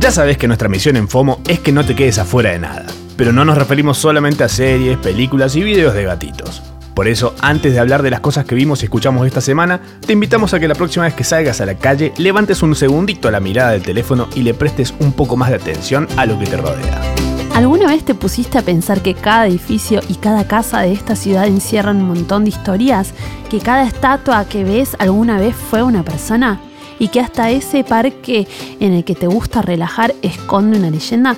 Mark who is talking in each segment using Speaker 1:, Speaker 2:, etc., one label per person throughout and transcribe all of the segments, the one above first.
Speaker 1: Ya sabes que nuestra misión en FOMO es que no te quedes afuera de nada, pero no nos referimos solamente a series, películas y videos de gatitos. Por eso, antes de hablar de las cosas que vimos y escuchamos esta semana, te invitamos a que la próxima vez que salgas a la calle, levantes un segundito a la mirada del teléfono y le prestes un poco más de atención a lo que te rodea.
Speaker 2: ¿Alguna vez te pusiste a pensar que cada edificio y cada casa de esta ciudad encierran un montón de historias? ¿Que cada estatua que ves alguna vez fue una persona? ¿Y que hasta ese parque en el que te gusta relajar esconde una leyenda?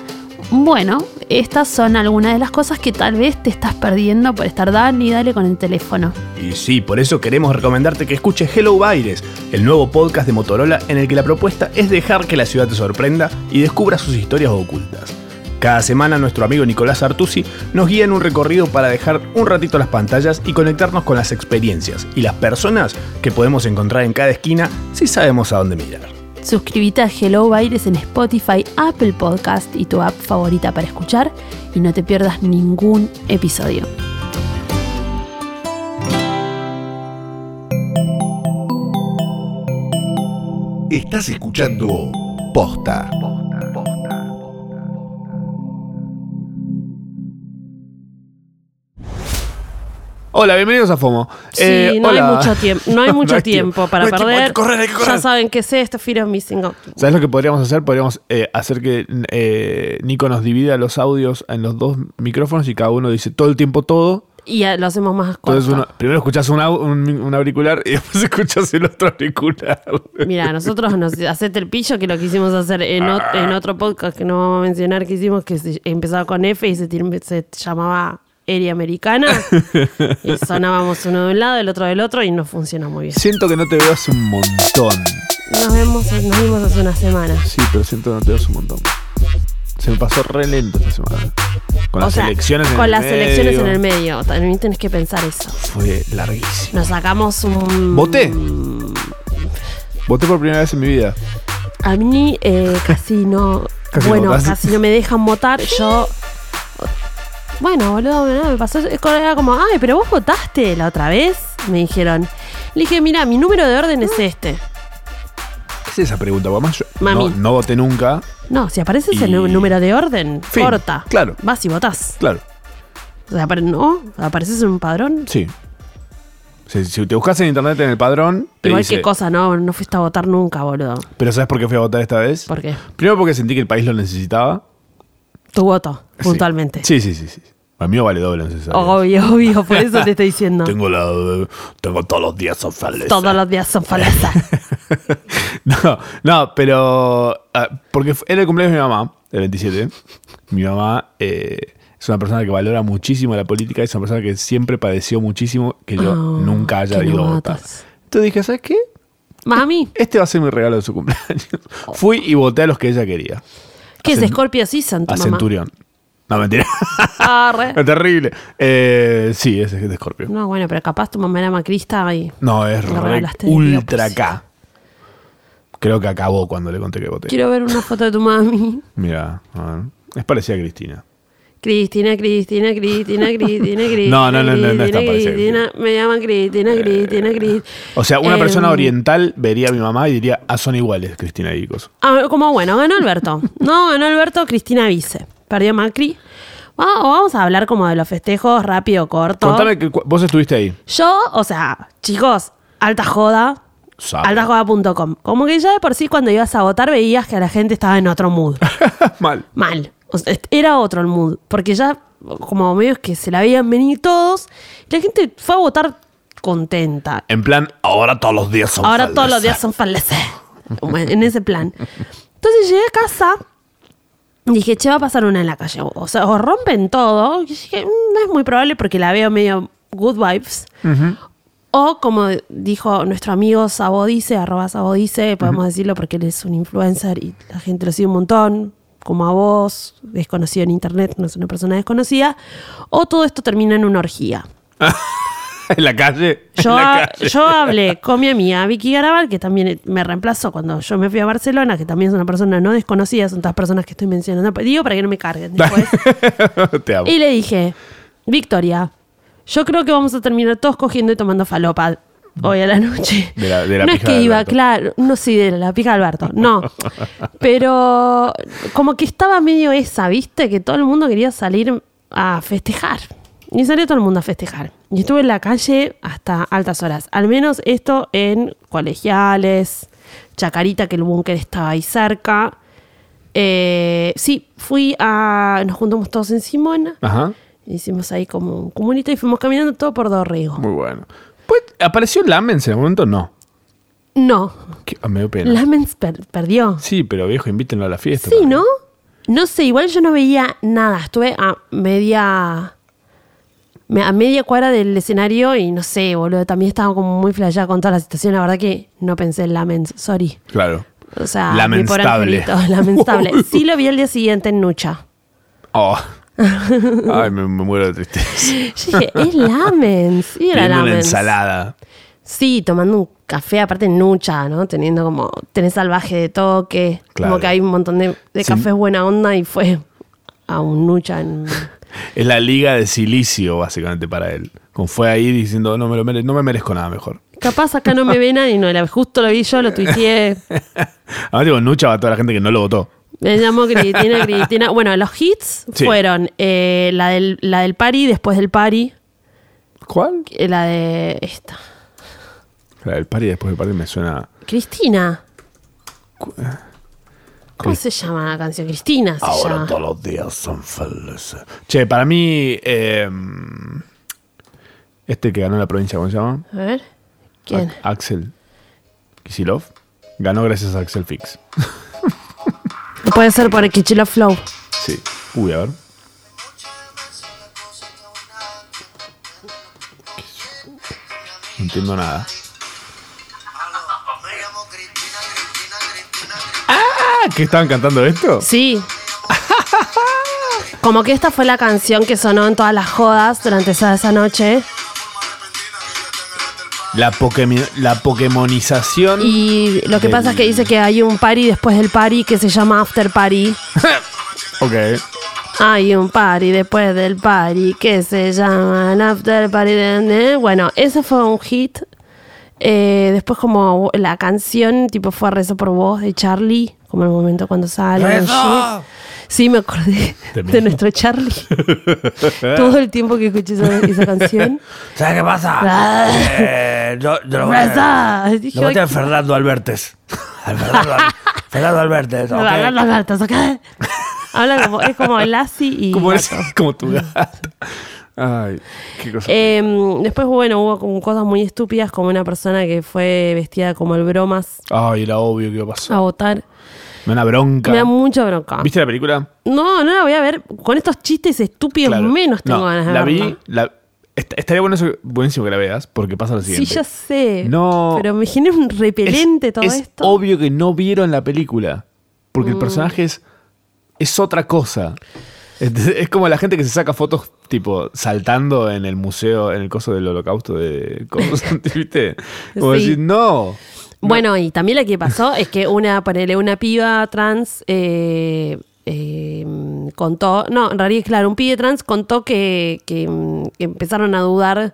Speaker 2: Bueno, estas son algunas de las cosas que tal vez te estás perdiendo por estar dale y dale con el teléfono.
Speaker 1: Y sí, por eso queremos recomendarte que escuches Hello Baires, el nuevo podcast de Motorola en el que la propuesta es dejar que la ciudad te sorprenda y descubra sus historias ocultas. Cada semana nuestro amigo Nicolás Artusi nos guía en un recorrido para dejar un ratito las pantallas y conectarnos con las experiencias y las personas que podemos encontrar en cada esquina si sabemos a dónde mirar.
Speaker 2: Suscríbete a Hello Baires en Spotify, Apple Podcast y tu app favorita para escuchar y no te pierdas ningún episodio.
Speaker 3: Estás escuchando Posta.
Speaker 1: Hola, bienvenidos a FOMO.
Speaker 4: Sí,
Speaker 1: Eh,
Speaker 4: no, hay
Speaker 1: hola.
Speaker 4: mucho tiempo, no hay mucho
Speaker 1: hay
Speaker 4: tiempo
Speaker 1: No
Speaker 4: para
Speaker 1: hay tiempo, hay
Speaker 4: perder.
Speaker 1: que correr, hay que correr.
Speaker 4: Ya saben que sé, esto es Fear of Missing Out.
Speaker 1: ¿Sabes lo que podríamos hacer? Podríamos eh, hacer que eh, Nico nos divida los audios en los dos micrófonos y cada uno dice todo el tiempo todo.
Speaker 4: Y eh, lo hacemos más corto.
Speaker 1: Entonces uno- primero escuchas un, au- un- un auricular y después escuchas el otro auricular.
Speaker 4: Mira, nosotros nos hacete el pillo que lo quisimos hacer en, ot- en otro podcast que no vamos a mencionar que hicimos que se- empezaba con F y se, tir- se llamaba Aérea Americana. y sonábamos uno de un lado, el otro del otro y no funcionó muy bien.
Speaker 1: Siento que no te veo hace un montón.
Speaker 4: Nos vemos, nos vimos hace una semana.
Speaker 1: Sí, pero siento que no te veo hace un montón. Se me pasó re lento esta semana. Con
Speaker 4: O
Speaker 1: las
Speaker 4: sea,
Speaker 1: elecciones en
Speaker 4: con
Speaker 1: el
Speaker 4: las elecciones en
Speaker 1: medio.
Speaker 4: el medio. También tenés que pensar eso.
Speaker 1: Fue larguísimo.
Speaker 4: Nos sacamos un.
Speaker 1: Voté. Voté por primera vez en mi vida.
Speaker 4: A mí eh, casi no.
Speaker 1: Casi
Speaker 4: bueno,
Speaker 1: votás.
Speaker 4: casi no me dejan votar. Yo. Bueno, boludo, no, me pasó. es como- Era como, ay, pero vos votaste la otra vez. Me dijeron. Le dije, mira, mi número de orden es este.
Speaker 1: ¿Qué es esa pregunta? Porque Además, yo
Speaker 4: Mami.
Speaker 1: No, no voté nunca.
Speaker 4: No, si aparece ese
Speaker 1: Y-
Speaker 4: nu- número de orden,
Speaker 1: Fin,
Speaker 4: corta.
Speaker 1: claro.
Speaker 4: Vas y votás.
Speaker 1: Claro,
Speaker 4: O sea, apare- no, apareces en un padrón.
Speaker 1: sí. Si, si te buscas en internet en el padrón, te
Speaker 4: Igual
Speaker 1: dice,
Speaker 4: que cosa, no, no fuiste a votar nunca, boludo.
Speaker 1: Pero ¿sabes por qué fui a votar esta vez?
Speaker 4: Porque
Speaker 1: Primero porque sentí que el país lo necesitaba.
Speaker 4: tu voto,
Speaker 1: Sí.
Speaker 4: puntualmente.
Speaker 1: Sí, sí, sí. sí. El mío vale doble, necesario.
Speaker 4: Obvio, obvio, por eso te estoy diciendo.
Speaker 1: Tengo, la, tengo todos los días sociales.
Speaker 4: Todos los días son falsas.
Speaker 1: No, no, pero. ah, porque fue- era el cumpleaños de mi mamá, el 27. Mi mamá eh, es una persona que valora muchísimo la política, es una persona que siempre padeció muchísimo que yo
Speaker 4: Ah,
Speaker 1: nunca haya
Speaker 4: que no
Speaker 1: ido a votar.
Speaker 4: votas.
Speaker 1: Entonces dije, ¿sabes qué?
Speaker 4: Mami,
Speaker 1: Este va a ser mi regalo de su cumpleaños.
Speaker 4: Oh.
Speaker 1: Fui y voté a los que ella quería.
Speaker 4: ¿qué es
Speaker 1: Acen-
Speaker 4: Scorpio Season, tu
Speaker 1: A
Speaker 4: mamá?
Speaker 1: Centurión. No, mentira.
Speaker 4: Arre.
Speaker 1: Terrible. Eh, sí, ese es de Scorpio.
Speaker 4: No, bueno, pero capaz tu mamá era macrista y...
Speaker 1: No, es
Speaker 4: Lo
Speaker 1: re
Speaker 4: regalaste de
Speaker 1: ultra
Speaker 4: propósito.
Speaker 1: acá. Creo que acabó cuando le conté que voté.
Speaker 4: Quiero ver una foto de tu mami.
Speaker 1: Mira, a ver. es parecida a Cristina.
Speaker 4: Cristina, Cristina, Cristina, Cristina, Cristina.
Speaker 1: No, no, no, no, no está
Speaker 4: Cristina,
Speaker 1: parecida.
Speaker 4: Cristina, me llaman Cristina, Cristina, Cristina.
Speaker 1: Eh, O sea, una
Speaker 4: Em,
Speaker 1: persona oriental vería a mi mamá y diría, ah, son iguales Cristina y Cos.
Speaker 4: ah, como bueno, ganó Alberto. No, ganó Alberto, Cristina vice. Perdió Macri. Va- vamos a hablar como de los festejos, rápido, corto.
Speaker 1: Contame que cu- vos estuviste ahí.
Speaker 4: Yo, o sea, chicos, alta joda.
Speaker 1: Sabe.
Speaker 4: Altajoda.com. Como que ya de por sí cuando ibas a votar veías que la gente estaba en otro mood.
Speaker 1: Mal.
Speaker 4: Mal. O sea, est- era otro el mood. Porque ya como medio que se la veían venir todos. y La gente fue a votar contenta.
Speaker 1: En plan, ahora todos los días son
Speaker 4: Ahora
Speaker 1: faldas.
Speaker 4: todos los días son faleces. Bueno, en ese plan. Entonces llegué a casa. Dije, che, va a pasar una en la calle. O sea, o rompen todo. Y dije, "Mm, no es muy probable porque la veo medio good vibes. O como dijo nuestro amigo Sabodice, arroba Sabodice, podemos decirlo porque él es un influencer y la gente lo sigue un montón, como a vos, desconocido en internet, no es una persona desconocida. O todo esto termina en una orgía.
Speaker 1: en la calle. en
Speaker 4: Yo,
Speaker 1: la
Speaker 4: ha-
Speaker 1: calle.
Speaker 4: yo hablé con mi amiga Vicky Garabal, que también me reemplazó cuando yo me fui a Barcelona, que también es una persona no desconocida, son todas personas que estoy mencionando. pero Digo para que no me carguen después.
Speaker 1: Te amo.
Speaker 4: y le dije, Victoria, yo creo que vamos a terminar todos cogiendo y tomando falopa hoy a la noche.
Speaker 1: De la- de la
Speaker 4: no es
Speaker 1: pija de
Speaker 4: que iba,
Speaker 1: Alberto.
Speaker 4: claro, no sí, de la pija de Alberto, no. Pero como que estaba medio esa, ¿viste? Que todo el mundo quería salir a festejar. Y salió todo el mundo a festejar. Y estuve en la calle hasta altas horas. Al menos esto en colegiales, Chacarita, que el búnker estaba ahí cerca. Eh, sí, fui a. Nos juntamos todos en Simona.
Speaker 1: Ajá.
Speaker 4: Hicimos ahí como un comunista y fuimos caminando todo por Dorrego.
Speaker 1: Muy bueno. Pues, ¿Apareció Lamens en el momento? No.
Speaker 4: No,
Speaker 1: Qué- ah, me dio pena.
Speaker 4: Lamens per- perdió.
Speaker 1: Sí, pero viejo, invítenlo a la fiesta.
Speaker 4: Sí,
Speaker 1: también.
Speaker 4: ¿no? No sé, igual yo no veía nada. Estuve a media. me- A media cuadra del escenario y no sé, boludo. También estaba como muy flasheada con toda la situación. La verdad que no pensé en Lamens, sorry.
Speaker 1: Claro.
Speaker 4: O sea, mi pobre
Speaker 1: Lamentable.
Speaker 4: angelito, lamentable. Sí lo vi al día siguiente en Nucha.
Speaker 1: Oh. Ay, me, me muero de tristeza.
Speaker 4: Yo dije, es Lamens. Y era
Speaker 1: Pidiendo una
Speaker 4: Lamens.
Speaker 1: ensalada.
Speaker 4: Sí, tomando un café, aparte en Nucha, ¿no? Teniendo como, tenés salvaje de toque,
Speaker 1: Claro.
Speaker 4: como que hay un montón de, de
Speaker 1: Sí.
Speaker 4: cafés buena onda y fue a un Nucha en...
Speaker 1: Es la liga de silicio, básicamente, para él. Como fue ahí diciendo, no me, lo mere- no me merezco nada mejor.
Speaker 4: Capaz acá no me ve nadie, no, era, justo lo vi yo, lo tuiteé,
Speaker 1: Además, digo, Nucha va a toda la gente que no lo votó.
Speaker 4: me llamó Cristina, Cristina. Bueno, los hits
Speaker 1: Sí.
Speaker 4: fueron eh, la, del, la del party, después del party,
Speaker 1: ¿Cuál?
Speaker 4: eh, la de esta.
Speaker 1: Claro, el party después del party me suena.
Speaker 4: Cristina,
Speaker 1: Cu-
Speaker 4: ¿cómo
Speaker 1: Cris-
Speaker 4: se llama la canción? Cristina se
Speaker 1: Ahora
Speaker 4: llama.
Speaker 1: todos los días son felices. Che, para mí. eh, este que ganó la provincia, ¿cómo se llama?
Speaker 4: A ver, ¿quién?
Speaker 1: A- Axel Kisilov. Ganó gracias a Axel Fix. Ah.
Speaker 4: Puede ser por Kichilo Flow.
Speaker 1: Sí. Uy, a ver. No entiendo nada.
Speaker 5: Me llamo Cristina, Cristina, Cristina, Cristina.
Speaker 1: ¡Ah! ¿Qué estaban cantando esto?
Speaker 4: Sí. Como que esta fue la canción que sonó en todas las jodas durante esa, esa noche.
Speaker 1: La, pokemi- la Pokémonización.
Speaker 4: Y lo que
Speaker 1: Del-
Speaker 4: pasa es que dice que hay un party después del party que se llama After Party.
Speaker 1: Ok.
Speaker 4: Hay un party después del party que se llama el After Party. de- de- Bueno, ese fue un hit. Eh, después como la canción tipo fue Rezo por Vos de Charlie, como el momento cuando sale.
Speaker 1: ¡Rezo!
Speaker 4: Sí, me acordé
Speaker 1: De mí.
Speaker 4: de nuestro Charlie. Todo el tiempo que escuché esa, esa
Speaker 1: Eh.
Speaker 4: canción.
Speaker 1: ¿Sabes qué pasa?
Speaker 4: Ah.
Speaker 1: Eh, yo, yo lo voté-
Speaker 4: Raza. Dije,
Speaker 1: lo voté
Speaker 4: ay,
Speaker 1: a Fernando Albertes. Al Fernando, Al- Fernando Albertes.
Speaker 4: Hablan los gatos, ¿ok? Hablan como, es como Lassie y gato.
Speaker 1: como tu gato. Ay, qué cosa.
Speaker 4: Em, después, bueno, hubo como cosas muy estúpidas, como una persona que fue vestida como el bromas
Speaker 1: Ay, era obvio que iba a pasar.
Speaker 4: a votar.
Speaker 1: Me da una bronca.
Speaker 4: Me da mucha bronca.
Speaker 1: ¿Viste la película?
Speaker 4: No, no la voy a ver. Con estos chistes estúpidos
Speaker 1: Claro.
Speaker 4: menos tengo
Speaker 1: No,
Speaker 4: ganas de
Speaker 1: La
Speaker 4: verla.
Speaker 1: vi. la- est- estaría bueno eso- buenísimo que la veas porque pasa lo
Speaker 4: Sí,
Speaker 1: siguiente.
Speaker 4: ya sé.
Speaker 1: No.
Speaker 4: Pero me genera un repelente todo
Speaker 1: es
Speaker 4: esto. Mm.
Speaker 1: obvio que no vieron la película. Porque el personaje es, es otra cosa. Es, es como la gente que se saca fotos tipo saltando en el museo, en el coso del holocausto de cosas, ¿viste? Como
Speaker 4: Sí.
Speaker 1: decir, no.
Speaker 4: Bueno, y también lo que pasó es que una, ponele, una piba trans eh, eh, contó, no, en realidad, claro, un pibe trans contó que, que, mm, que empezaron a dudar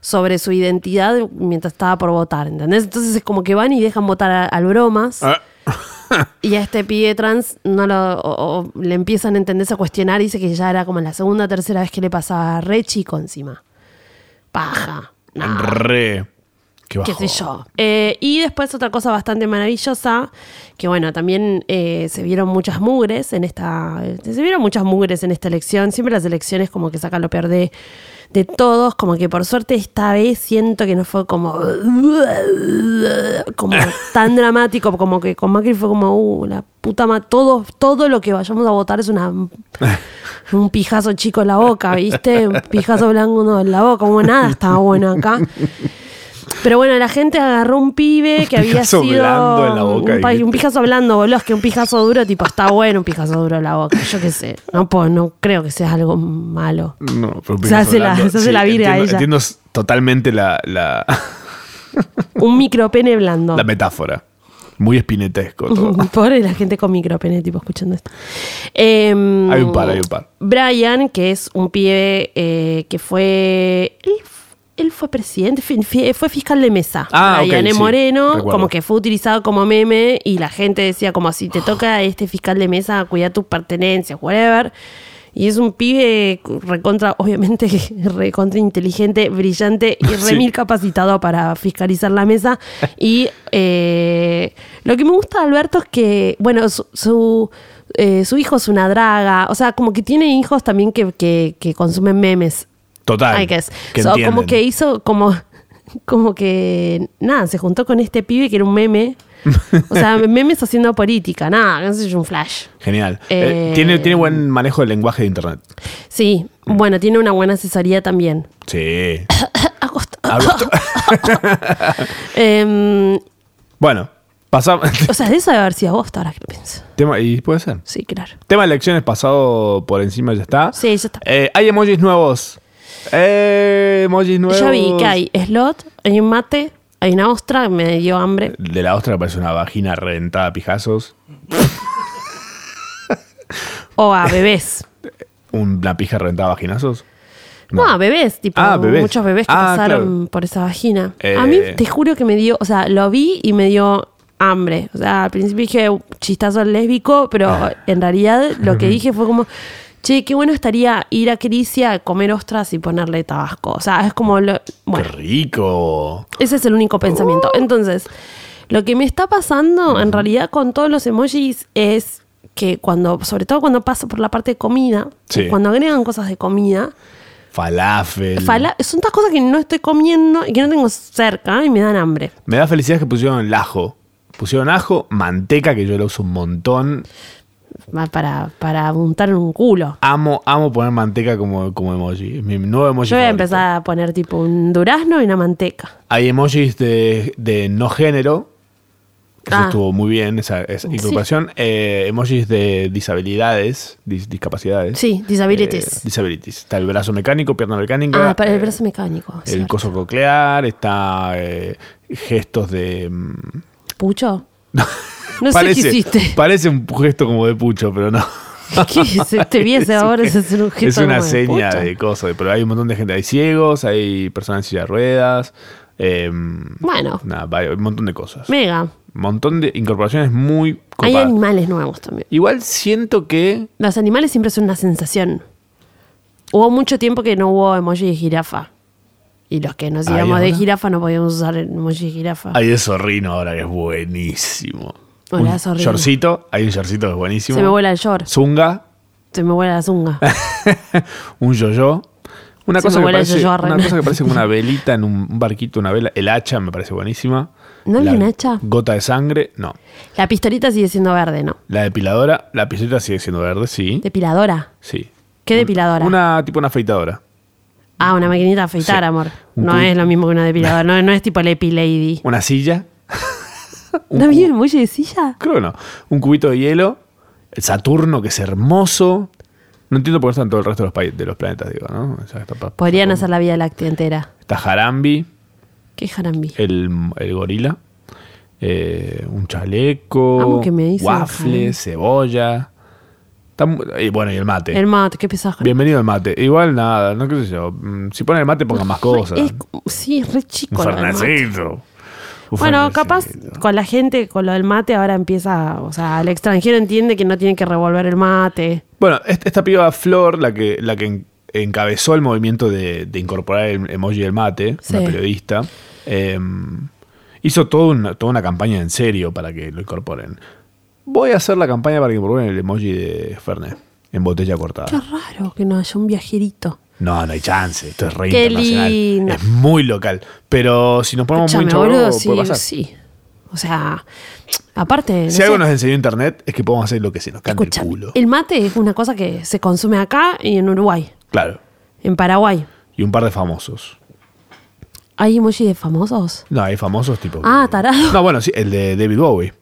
Speaker 4: sobre su identidad mientras estaba por votar, ¿entendés? Entonces es como que van y dejan votar a- al bromas
Speaker 1: Ah,
Speaker 4: y a este pibe trans no lo, o- o le empiezan a entenderse a cuestionar y dice que ya era como la segunda o tercera vez que le pasaba re chico encima. Paja. Nah
Speaker 1: Re. Qué bajo.
Speaker 4: qué sé yo. Eh, y después otra cosa bastante maravillosa, que bueno, también eh, se vieron muchas mugres en esta, eh, se vieron muchas mugres en esta elección. Siempre las elecciones como que sacan lo peor de, de todos, como que por suerte esta vez siento que no fue como, como tan dramático, como que con Macri fue como, uh, la puta ma todo, todo lo que vayamos a votar es una un pijazo chico en la boca, ¿viste? Un pijazo blanco en la boca, como nada estaba bueno acá. Pero bueno, la gente agarró un pibe que había
Speaker 1: pijazo
Speaker 4: sido
Speaker 1: blando en la boca,
Speaker 4: un, pa-
Speaker 1: dijiste.
Speaker 4: un pijazo blando, boludo, es que un pijazo duro, tipo, está bueno un pijazo duro en la boca, yo qué sé. No puedo, no creo que sea algo malo.
Speaker 1: No, pero
Speaker 4: Se hace la- se hace la virga
Speaker 1: entiendo,
Speaker 4: ella.
Speaker 1: entiendo s- totalmente la, la,
Speaker 4: Un micropene blando.
Speaker 1: la metáfora. Muy espinetesco todo.
Speaker 4: Pobre la gente con micropene, tipo, escuchando esto. Em,
Speaker 1: Hay un par, hay un par.
Speaker 4: Brian, que es un pibe eh, que fue. él él fue presidente, fi- fi- fue fiscal de mesa.
Speaker 1: Ah, ok,
Speaker 4: Mariané
Speaker 1: sí,
Speaker 4: Moreno,
Speaker 1: recuerdo.
Speaker 4: como que fue utilizado como meme y la gente decía como si te toca este fiscal de mesa, cuida tus pertenencias, whatever. Y es un pibe recontra, obviamente, recontra inteligente, brillante y
Speaker 1: Sí.
Speaker 4: remil capacitado para fiscalizar la mesa. Y eh, lo que me gusta de Alberto es que, bueno, su, su, eh, su hijo es una draga. O sea, como que tiene hijos también que, que- que consumen memes.
Speaker 1: Total.
Speaker 4: I guess.
Speaker 1: que
Speaker 4: So, como
Speaker 1: entienden.
Speaker 4: que hizo como como que nada, se juntó con este pibe que era un meme. O sea, memes haciendo política, nada, no sé yo, un flash.
Speaker 1: Genial. Eh,
Speaker 4: Eh,
Speaker 1: tiene, tiene buen manejo del lenguaje de internet.
Speaker 4: Sí, bueno, tiene una buena asesoría también.
Speaker 1: Sí.
Speaker 4: Agosto.
Speaker 1: Agosto.
Speaker 4: Em,
Speaker 1: bueno, pasamos.
Speaker 4: o sea, de eso debe haber sido agosto ahora que lo pienso.
Speaker 1: Tema- y puede ser.
Speaker 4: Sí, claro.
Speaker 1: Tema de elecciones pasado por encima ya está.
Speaker 4: Sí, ya está.
Speaker 1: Eh, hay emojis nuevos. Eh, emojis nuevos.
Speaker 4: Yo vi que hay slot, hay un mate, hay una ostra, me dio hambre.
Speaker 1: De la ostra parece una vagina reventada a pijazos.
Speaker 4: O a bebés.
Speaker 1: Una pija reventada a vaginazos.
Speaker 4: No, a bebés, tipo,
Speaker 1: Ah, bebés.
Speaker 4: muchos bebés que
Speaker 1: Ah,
Speaker 4: pasaron
Speaker 1: claro.
Speaker 4: por esa vagina.
Speaker 1: Eh.
Speaker 4: A mí te juro que me dio, o sea, lo vi y me dio hambre. O sea, al principio dije chistazo lésbico, pero
Speaker 1: Ah.
Speaker 4: en realidad lo que dije fue como, che, qué bueno estaría ir a Crisia a comer ostras y ponerle tabasco. O sea, es como lo. Bueno,
Speaker 1: ¡Qué Uh. rico!
Speaker 4: ese es el único pensamiento. Entonces, lo que me está pasando en realidad con todos los emojis es que cuando, sobre todo cuando paso por la parte de comida,
Speaker 1: Sí.
Speaker 4: cuando agregan cosas de comida,
Speaker 1: Falafel.
Speaker 4: Fala- son estas cosas que no estoy comiendo y que no tengo cerca y me dan hambre.
Speaker 1: Me da felicidad que pusieron el ajo. Pusieron ajo, manteca, que yo lo uso un montón.
Speaker 4: Va Para, para untar en un culo.
Speaker 1: Amo, amo poner manteca como, como emoji. Es mi nuevo emoji.
Speaker 4: Yo voy a
Speaker 1: favorito.
Speaker 4: empezar a poner tipo un durazno y una manteca.
Speaker 1: Hay emojis de, de no género. que Eso
Speaker 4: Ah.
Speaker 1: estuvo muy bien, esa, esa incorporación. Eh, emojis de disabilidades, dis- discapacidades.
Speaker 4: Sí, disabilities.
Speaker 1: Eh, disabilities. Está el brazo mecánico, pierna mecánica.
Speaker 4: ah, para el
Speaker 1: eh,
Speaker 4: brazo mecánico.
Speaker 1: el
Speaker 4: cierto.
Speaker 1: coso coclear, está eh, gestos de... mm,
Speaker 4: Pucho. No sé qué hiciste.
Speaker 1: Parece un gesto como de pucho, pero no.
Speaker 4: ¿Qué se te viese
Speaker 1: Es un-
Speaker 4: ahora ese es un gesto
Speaker 1: Es una
Speaker 4: como de
Speaker 1: seña
Speaker 4: pucho.
Speaker 1: de cosas, pero hay un montón de gente. Hay ciegos, hay personas en silla de ruedas. eh,
Speaker 4: Bueno.
Speaker 1: nada, hay un montón de cosas. Un
Speaker 4: Mega.
Speaker 1: montón de incorporaciones muy
Speaker 4: Hay
Speaker 1: copadas.
Speaker 4: animales nuevos también.
Speaker 1: Igual siento que.
Speaker 4: Los animales siempre son una sensación. Hubo mucho tiempo que no hubo emoji de jirafa. Y los que nos
Speaker 1: Ahí
Speaker 4: íbamos de
Speaker 1: ahora.
Speaker 4: jirafa no podíamos usar el emoji de jirafa.
Speaker 1: Hay de zorrino ahora que es buenísimo.
Speaker 4: Hola,
Speaker 1: Un
Speaker 4: zorrino.
Speaker 1: Shortcito, hay un shortcito que es buenísimo.
Speaker 4: Se me vuela el short.
Speaker 1: Zunga,
Speaker 4: Se me vuela la zunga.
Speaker 1: un yo-yo. Una,
Speaker 4: Se
Speaker 1: cosa
Speaker 4: me
Speaker 1: que,
Speaker 4: vuela el
Speaker 1: parece,
Speaker 4: yo-yo a
Speaker 1: una
Speaker 4: Ren.
Speaker 1: cosa que parece como una velita en un, un barquito, una vela. El hacha me parece buenísima.
Speaker 4: ¿No
Speaker 1: La
Speaker 4: había un hacha?
Speaker 1: Gota de sangre, no.
Speaker 4: La pistolita sigue siendo verde, ¿no?
Speaker 1: La depiladora, la pistola sigue siendo verde, sí.
Speaker 4: Depiladora.
Speaker 1: sí.
Speaker 4: ¿Qué depiladora?
Speaker 1: Una tipo una afeitadora.
Speaker 4: Ah, una maquinita de afeitar,
Speaker 1: Sí.
Speaker 4: amor.
Speaker 1: Un
Speaker 4: No
Speaker 1: pu-
Speaker 4: es lo mismo que una depiladora. No, no es tipo el Epi Lady.
Speaker 1: Una silla,
Speaker 4: ¿No había el muelle de silla?
Speaker 1: creo que no. Un cubito de hielo. El Saturno, que es hermoso. No entiendo por qué están todo el resto de los, pa- de los planetas, digo, ¿no? O sea, está pa-
Speaker 4: Podrían
Speaker 1: Saturno.
Speaker 4: hacer la vida láctea entera.
Speaker 1: Está Jarambi,
Speaker 4: Qué jarambi.
Speaker 1: el, el gorila. eh, un chaleco.
Speaker 4: Amo que me dicen
Speaker 1: waffle,
Speaker 4: Jarambi.
Speaker 1: cebolla. Está mu- y bueno, y el mate.
Speaker 4: El mate, qué pesado.
Speaker 1: Bienvenido al mate. Igual nada, no qué sé yo. Mm, Si ponen el mate, pongan más cosas.
Speaker 4: Es- sí, es re
Speaker 1: Un
Speaker 4: chico. lo del mate.
Speaker 1: fernecito. Un
Speaker 4: Bueno,
Speaker 1: fernecito.
Speaker 4: capaz con la gente, con lo del mate, ahora empieza. O sea, el extranjero entiende que no tiene que revolver el mate.
Speaker 1: Bueno, est- esta piba Flor, la que, la que en- encabezó el movimiento de, de incorporar el emoji del mate,
Speaker 4: Sí.
Speaker 1: una periodista, eh, hizo toda una, toda una campaña en serio para que lo incorporen. Voy a hacer la campaña para que incorporen el emoji de Fernet en botella
Speaker 4: Qué
Speaker 1: cortada.
Speaker 4: raro que no haya un viajerito.
Speaker 1: No, no hay chance. Esto es re
Speaker 4: Qué
Speaker 1: internacional.
Speaker 4: lindo.
Speaker 1: Es muy local. Pero si nos ponemos
Speaker 4: Escuchame,
Speaker 1: muy chavos,
Speaker 4: boludo,
Speaker 1: puede
Speaker 4: sí,
Speaker 1: pasar.
Speaker 4: sí. O sea, aparte. no
Speaker 1: Si
Speaker 4: sé,
Speaker 1: algo nos enseñó internet es que podemos hacer lo que se nos cante
Speaker 4: escucha,
Speaker 1: el culo.
Speaker 4: el mate es una cosa que se consume acá y en Uruguay,
Speaker 1: Claro.
Speaker 4: en Paraguay.
Speaker 1: Y un par de famosos.
Speaker 4: ¿Hay emoji de famosos?
Speaker 1: No, hay famosos tipo.
Speaker 4: Ah, tarado.
Speaker 1: No, bueno, sí, el de David Bowie.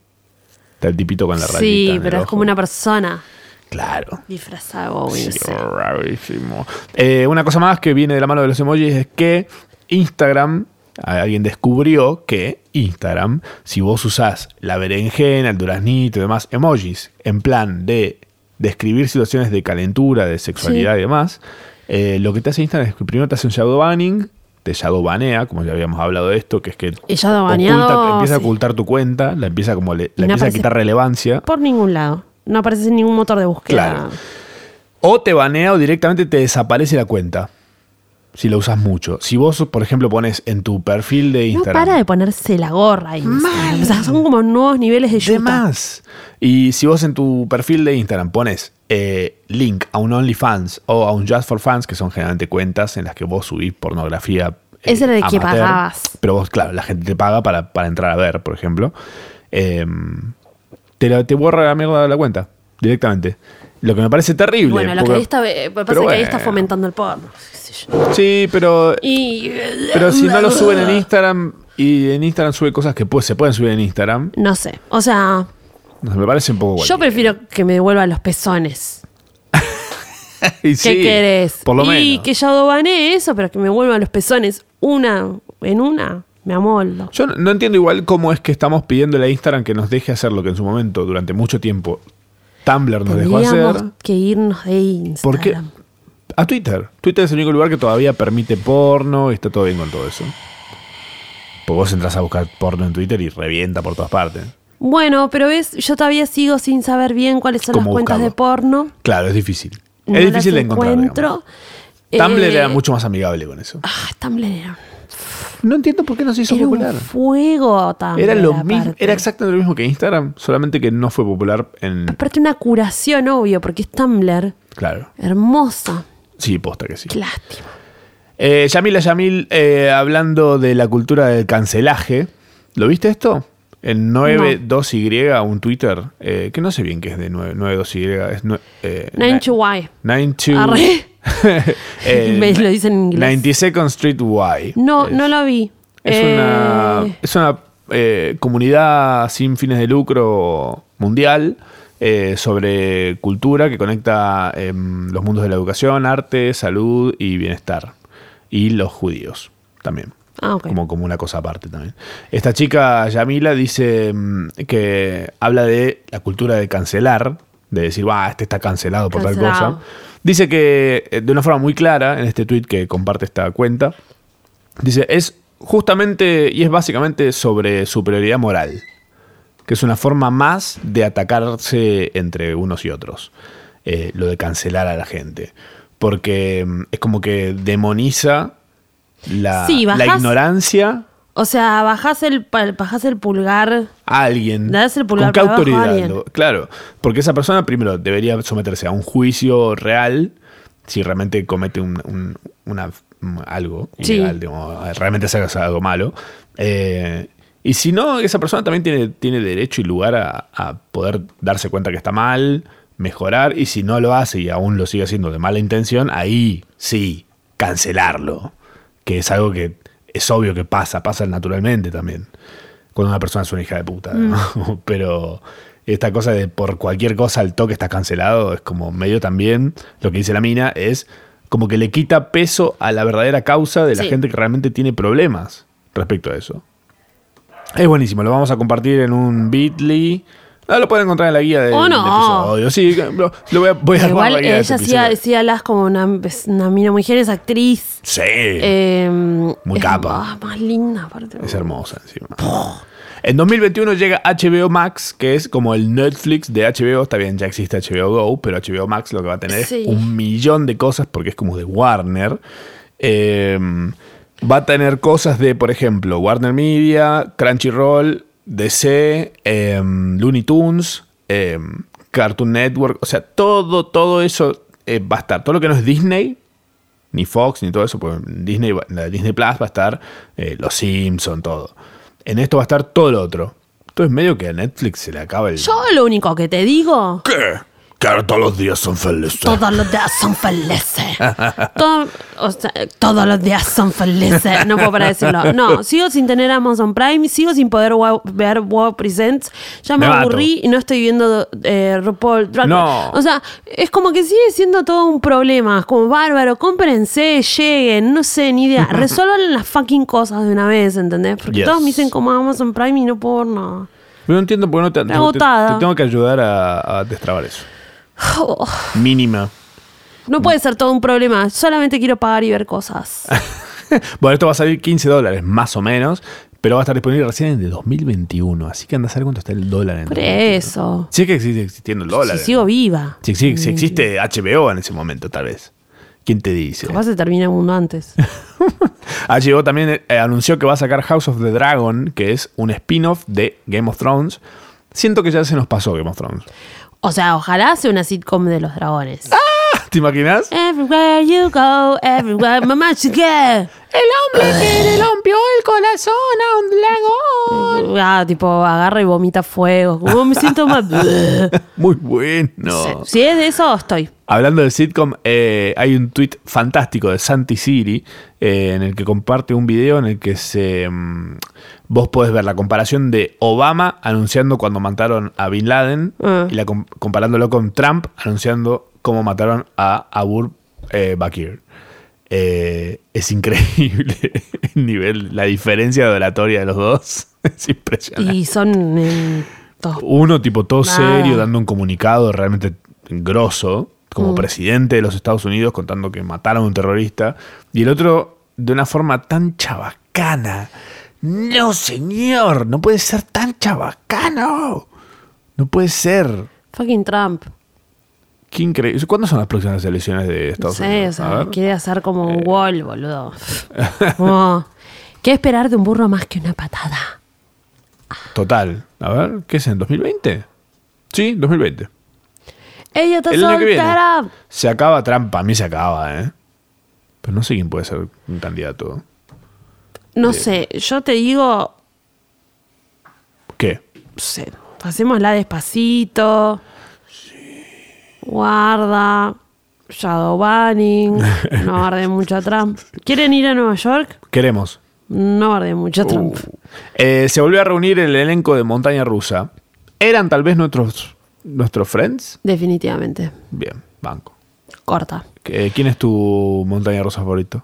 Speaker 1: Está el tipito con la rayita. en
Speaker 4: Sí,
Speaker 1: el
Speaker 4: pero es
Speaker 1: ojo.
Speaker 4: como una persona
Speaker 1: Claro.
Speaker 4: disfrazada. Bowie, no
Speaker 1: Sí,
Speaker 4: sé.
Speaker 1: rarísimo. Eh, una cosa más que viene de la mano de los emojis es que Instagram, a- alguien descubrió que Instagram, si vos usás la berenjena, el duraznito y demás emojis en plan de describir situaciones de calentura, de sexualidad y demás, eh, lo que te hace Instagram es que primero te hace un shadow banning te shadowbanea, como ya habíamos hablado de esto, que es que
Speaker 4: Y shadowbaneado,
Speaker 1: oculta- te empieza a
Speaker 4: sí.
Speaker 1: ocultar tu cuenta, la empieza como le-
Speaker 4: no
Speaker 1: la empieza a
Speaker 4: aparece-
Speaker 1: quitar relevancia.
Speaker 4: Por ningún lado. No aparece en ningún motor de búsqueda.
Speaker 1: Claro. O te banea o directamente te desaparece la cuenta. Si lo usas mucho. Si vos, por ejemplo, pones en tu perfil de
Speaker 4: No
Speaker 1: Instagram.
Speaker 4: para de ponerse la gorra ahí. O sea, son como nuevos niveles de
Speaker 1: de
Speaker 4: yuta.
Speaker 1: más. Y si vos en tu perfil de Instagram pones eh, link a un OnlyFans o a un Just for Fans, que son generalmente cuentas en las que vos subís pornografía. eh,
Speaker 4: Ese era de que
Speaker 1: amateur,
Speaker 4: pagabas.
Speaker 1: Pero vos, claro, la gente te paga para, para entrar a ver, por ejemplo. em, te, la- te borra la mierda de la cuenta directamente. Lo que me parece terrible.
Speaker 4: Bueno, lo que
Speaker 1: porque-
Speaker 4: ahí está, eh, pasa
Speaker 1: pero
Speaker 4: que ahí está
Speaker 1: bueno.
Speaker 4: fomentando el porno. qué sé yo.
Speaker 1: Sí, pero
Speaker 4: Y,
Speaker 1: Pero si no lo suben en Instagram y en Instagram sube cosas que pues, se pueden subir en Instagram,
Speaker 4: No sé. O sea,
Speaker 1: no sé, me parece un poco guay.
Speaker 4: yo prefiero que me devuelvan los pezones.
Speaker 1: ¿Qué
Speaker 4: ¿Qué querés?
Speaker 1: Por lo
Speaker 4: y
Speaker 1: menos.
Speaker 4: que ya dobané eso, pero que me vuelvan los pezones una en una. Me amoldo.
Speaker 1: Yo no- no entiendo igual cómo es que estamos pidiéndole a Instagram que nos deje hacer lo que en su momento, durante mucho tiempo, Tumblr nos dejó hacer.
Speaker 4: Tendríamos que irnos de Instagram.
Speaker 1: ¿Por qué? A Twitter. Twitter es el único lugar que todavía permite porno y está todo bien con todo eso. Pues vos entras a buscar porno en Twitter y revienta por todas partes.
Speaker 4: Bueno, pero ves, yo todavía sigo sin saber bien cuáles son las
Speaker 1: ¿Cómo
Speaker 4: cuentas
Speaker 1: buscarlo?
Speaker 4: de porno.
Speaker 1: Claro, es difícil.
Speaker 4: No
Speaker 1: es
Speaker 4: las
Speaker 1: difícil de encontrar.
Speaker 4: encuentro.
Speaker 1: digamos. Tumblr
Speaker 4: Eh,
Speaker 1: era mucho más amigable con eso.
Speaker 4: Ah, Tumblr era,
Speaker 1: No entiendo por qué no se hizo
Speaker 4: era
Speaker 1: popular.
Speaker 4: un fuego Tumblr.
Speaker 1: Era lo mismo,
Speaker 4: aparte.
Speaker 1: era exactamente lo mismo que Instagram, solamente que no fue popular en.
Speaker 4: Aparte una curación, obvio, porque es Tumblr.
Speaker 1: Claro.
Speaker 4: Hermosa.
Speaker 1: Sí, posta que sí.
Speaker 4: Qué lástima.
Speaker 1: Eh, Yamila Yamil, eh, hablando de la cultura del cancelaje. ¿Lo viste esto? En 92Y, un Twitter, eh, que no sé bien qué es de 9- 92Y. Es nue- eh,
Speaker 4: Nine
Speaker 1: na-
Speaker 4: to Y.
Speaker 1: 92
Speaker 4: Arre.
Speaker 1: Eh,
Speaker 4: Me lo dicen en inglés.
Speaker 1: 92nd Street Y.
Speaker 4: No,
Speaker 1: Es-
Speaker 4: no lo vi.
Speaker 1: Es
Speaker 4: Eh,
Speaker 1: una, es una eh, comunidad sin fines de lucro mundial eh, sobre cultura que conecta em, los mundos de la educación, arte, salud y bienestar. Y los judíos también.
Speaker 4: Ah, ok.
Speaker 1: Como, como una cosa aparte también. Esta chica, Yamila, dice mm, que habla de la cultura de cancelar, de decir, va, este está cancelado por tal
Speaker 4: Cancelado.
Speaker 1: cosa. Dice que eh, de una forma muy clara, en este tweet que comparte esta cuenta, Dice, es justamente y es básicamente sobre superioridad moral, que es una forma más de atacarse entre unos y otros, eh, lo de cancelar a la gente, porque mm, es como que demoniza la,
Speaker 4: Sí,
Speaker 1: la
Speaker 4: bajás-
Speaker 1: ignorancia
Speaker 4: O sea, bajás el, pal- bajás el pulgar.
Speaker 1: a alguien.
Speaker 4: Le das el pulgar
Speaker 1: ¿Con qué
Speaker 4: para abajo a
Speaker 1: autoridad?
Speaker 4: alguien.
Speaker 1: lo- claro, porque esa persona primero debería someterse a un juicio real si realmente comete un, un- una, un- algo
Speaker 4: Sí.
Speaker 1: ilegal, digamos, realmente se haga algo malo. Eh, y si no, esa persona también tiene, tiene derecho y lugar a, a poder darse cuenta que está mal, mejorar, y si no lo hace y aún lo sigue haciendo de mala intención, ahí sí, cancelarlo, que es algo que es obvio que pasa, pasa naturalmente también cuando una persona es una hija de puta. ¿no?
Speaker 4: Mm.
Speaker 1: Pero esta cosa de por cualquier cosa al toque está cancelado es como medio también lo que dice la mina es como que le quita peso a la verdadera causa de la
Speaker 4: Sí.
Speaker 1: gente que realmente tiene problemas respecto a eso. Es buenísimo, lo vamos a compartir en un Bitly. Ah, lo pueden encontrar en la guía del,
Speaker 4: Oh, no.
Speaker 1: del episodio. Sí, lo, lo voy a, voy a armar la
Speaker 4: Igual
Speaker 1: guía de
Speaker 4: ella
Speaker 1: este
Speaker 4: sí,
Speaker 1: episodio.
Speaker 4: sí hablas como una, es una mina mujer, es actriz.
Speaker 1: Sí.
Speaker 4: Eh,
Speaker 1: Muy
Speaker 4: es
Speaker 1: capa.
Speaker 4: Más, más linda, aparte.
Speaker 1: Es hermosa encima. En 2021 llega HBO Max, que es como el Netflix de HBO. Está bien, ya existe HBO Go, pero HBO Max lo que va a tener
Speaker 4: Sí.
Speaker 1: es un millón de cosas porque es como de Warner. Eh, va a tener cosas de, por ejemplo, Warner Media, Crunchyroll, DC, eh, Looney Tunes, eh, Cartoon Network. O sea, todo, todo eso eh, va a estar. Todo lo que no es Disney ni Fox, ni todo eso, porque en Disney, va- en la Disney Plus va a estar eh, Los Simpson, todo. En esto va a estar todo lo otro. Entonces medio que a Netflix se le acaba el...
Speaker 4: Yo lo único que te digo.
Speaker 1: ¿Qué? Que ahora todos los días son felices.
Speaker 4: Todos los días son felices. Todo- o sea, todos los días son felices. No puedo para decirlo. No, sigo sin tener Amazon Prime, sigo sin poder wow- ver Wow Presents. Ya me,
Speaker 1: Me mato.
Speaker 4: aburrí y no estoy viendo eh, RuPaul Drag Race.
Speaker 1: No.
Speaker 4: O sea, es como que sigue siendo todo un problema. Es como bárbaro, cómprense, lleguen, no sé, ni idea. Resuelvan las fucking cosas de una vez, ¿entendés? Porque
Speaker 1: Yes.
Speaker 4: todos me dicen como Amazon Prime y no puedo ver nada.
Speaker 1: Pero no entiendo por qué no te, te- te-
Speaker 4: Agotada. Oh.
Speaker 1: te tengo que ayudar a, a destrabar eso. Mínima. Mm.
Speaker 4: No puede ser todo un problema. Solamente quiero pagar y ver cosas.
Speaker 1: bueno, esto va a salir 15 dólares, más o menos, pero va a estar disponible recién en el 2021. Así que anda a saber cuánto está el dólar en
Speaker 4: Por
Speaker 1: 2021.
Speaker 4: eso.
Speaker 1: Sí que sigue existiendo el
Speaker 4: Si
Speaker 1: dólar.
Speaker 4: sigo viva. Mm.
Speaker 1: Si, si- si existe HBO en ese momento, tal vez. ¿Quién te dice?
Speaker 4: Capaz se termina el mundo antes.
Speaker 1: HBO también eh, anunció que va a sacar House of the Dragon, que es un spin-off de Game of Thrones. Siento que ya se nos pasó Game of Thrones.
Speaker 4: O sea, ojalá sea una sitcom de los dragones.
Speaker 1: Ah. ¿Te imaginas?
Speaker 4: Everywhere you go, everywhere mamá you go.
Speaker 1: El hombre que le rompió el corazón a un dragón.
Speaker 4: Ah, tipo, agarra y vomita fuego. Como "Oh, me siento más.
Speaker 1: Muy bueno.
Speaker 4: Si es de eso, estoy.
Speaker 1: Hablando de sitcom, eh, hay un tweet fantástico de Santi Siri eh, en el que comparte un video en el que se, mm, vos podés ver la comparación de Obama anunciando cuando mataron a Bin Laden
Speaker 4: Ah.
Speaker 1: y la com- comparándolo con Trump anunciando cómo mataron a Abur eh, Bakir. Eh, es increíble el nivel, la diferencia de oratoria de los dos. Es impresionante.
Speaker 4: Y son. eh, todos.
Speaker 1: Uno tipo todo
Speaker 4: Nada.
Speaker 1: serio, dando un comunicado realmente grosso,
Speaker 4: Mm.
Speaker 1: como presidente de los Estados Unidos, contando que mataron a un terrorista. Y el otro de una forma tan chabacana. No, señor, no puede ser tan chabacano. No puede ser.
Speaker 4: Fucking Trump.
Speaker 1: Qué increíble. ¿Cuándo son las próximas elecciones de Estados
Speaker 4: no sé,
Speaker 1: Unidos?
Speaker 4: o
Speaker 1: A
Speaker 4: sea,
Speaker 1: ver. Eh.
Speaker 4: quiere hacer como un wall, boludo. Como, ¿Qué esperar de un burro más que una patada?
Speaker 1: Total. A ver, ¿qué es en 2020? Sí, 2020.
Speaker 4: Ella está
Speaker 1: El año que viene.
Speaker 4: soltera.
Speaker 1: Se acaba trampa, a mí se acaba, ¿eh? Pero no sé quién puede ser un candidato.
Speaker 4: No sé, yo te digo,
Speaker 1: ¿Qué?
Speaker 4: no sé, pasémosla despacito. Guarda. Shadow Banning. No guarde mucho a Trump. ¿Quieren ir a Nueva York?
Speaker 1: Queremos.
Speaker 4: No guarde
Speaker 1: Uh.
Speaker 4: mucho a Trump.
Speaker 1: Eh, se volvió a reunir el elenco de Montaña Rusa. ¿Eran tal vez nuestros, nuestros friends?
Speaker 4: Definitivamente.
Speaker 1: Bien, banco.
Speaker 4: Corta.
Speaker 1: Eh, ¿Quién es tu Montaña Rusa favorito?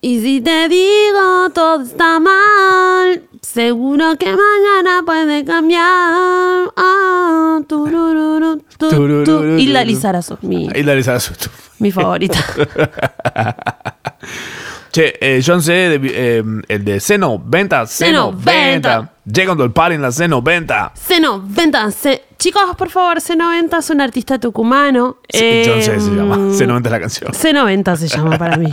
Speaker 4: Y si te digo todo está mal, seguro que mañana puede cambiar. Ah, turururu, tu, tu. Y la Lizarazo, mi,
Speaker 1: Ahí la Lizarazu.
Speaker 4: mi favorita.
Speaker 1: Che, eh, John C., de- eh, el de C90, C90.
Speaker 4: C90.
Speaker 1: Llegando el par en la C90.
Speaker 4: C90. C- Chicos, por favor, C90 es un artista tucumano.
Speaker 1: Sí, John C. se
Speaker 4: Em,
Speaker 1: llama. C90 es la canción.
Speaker 4: C90 se llama para mí.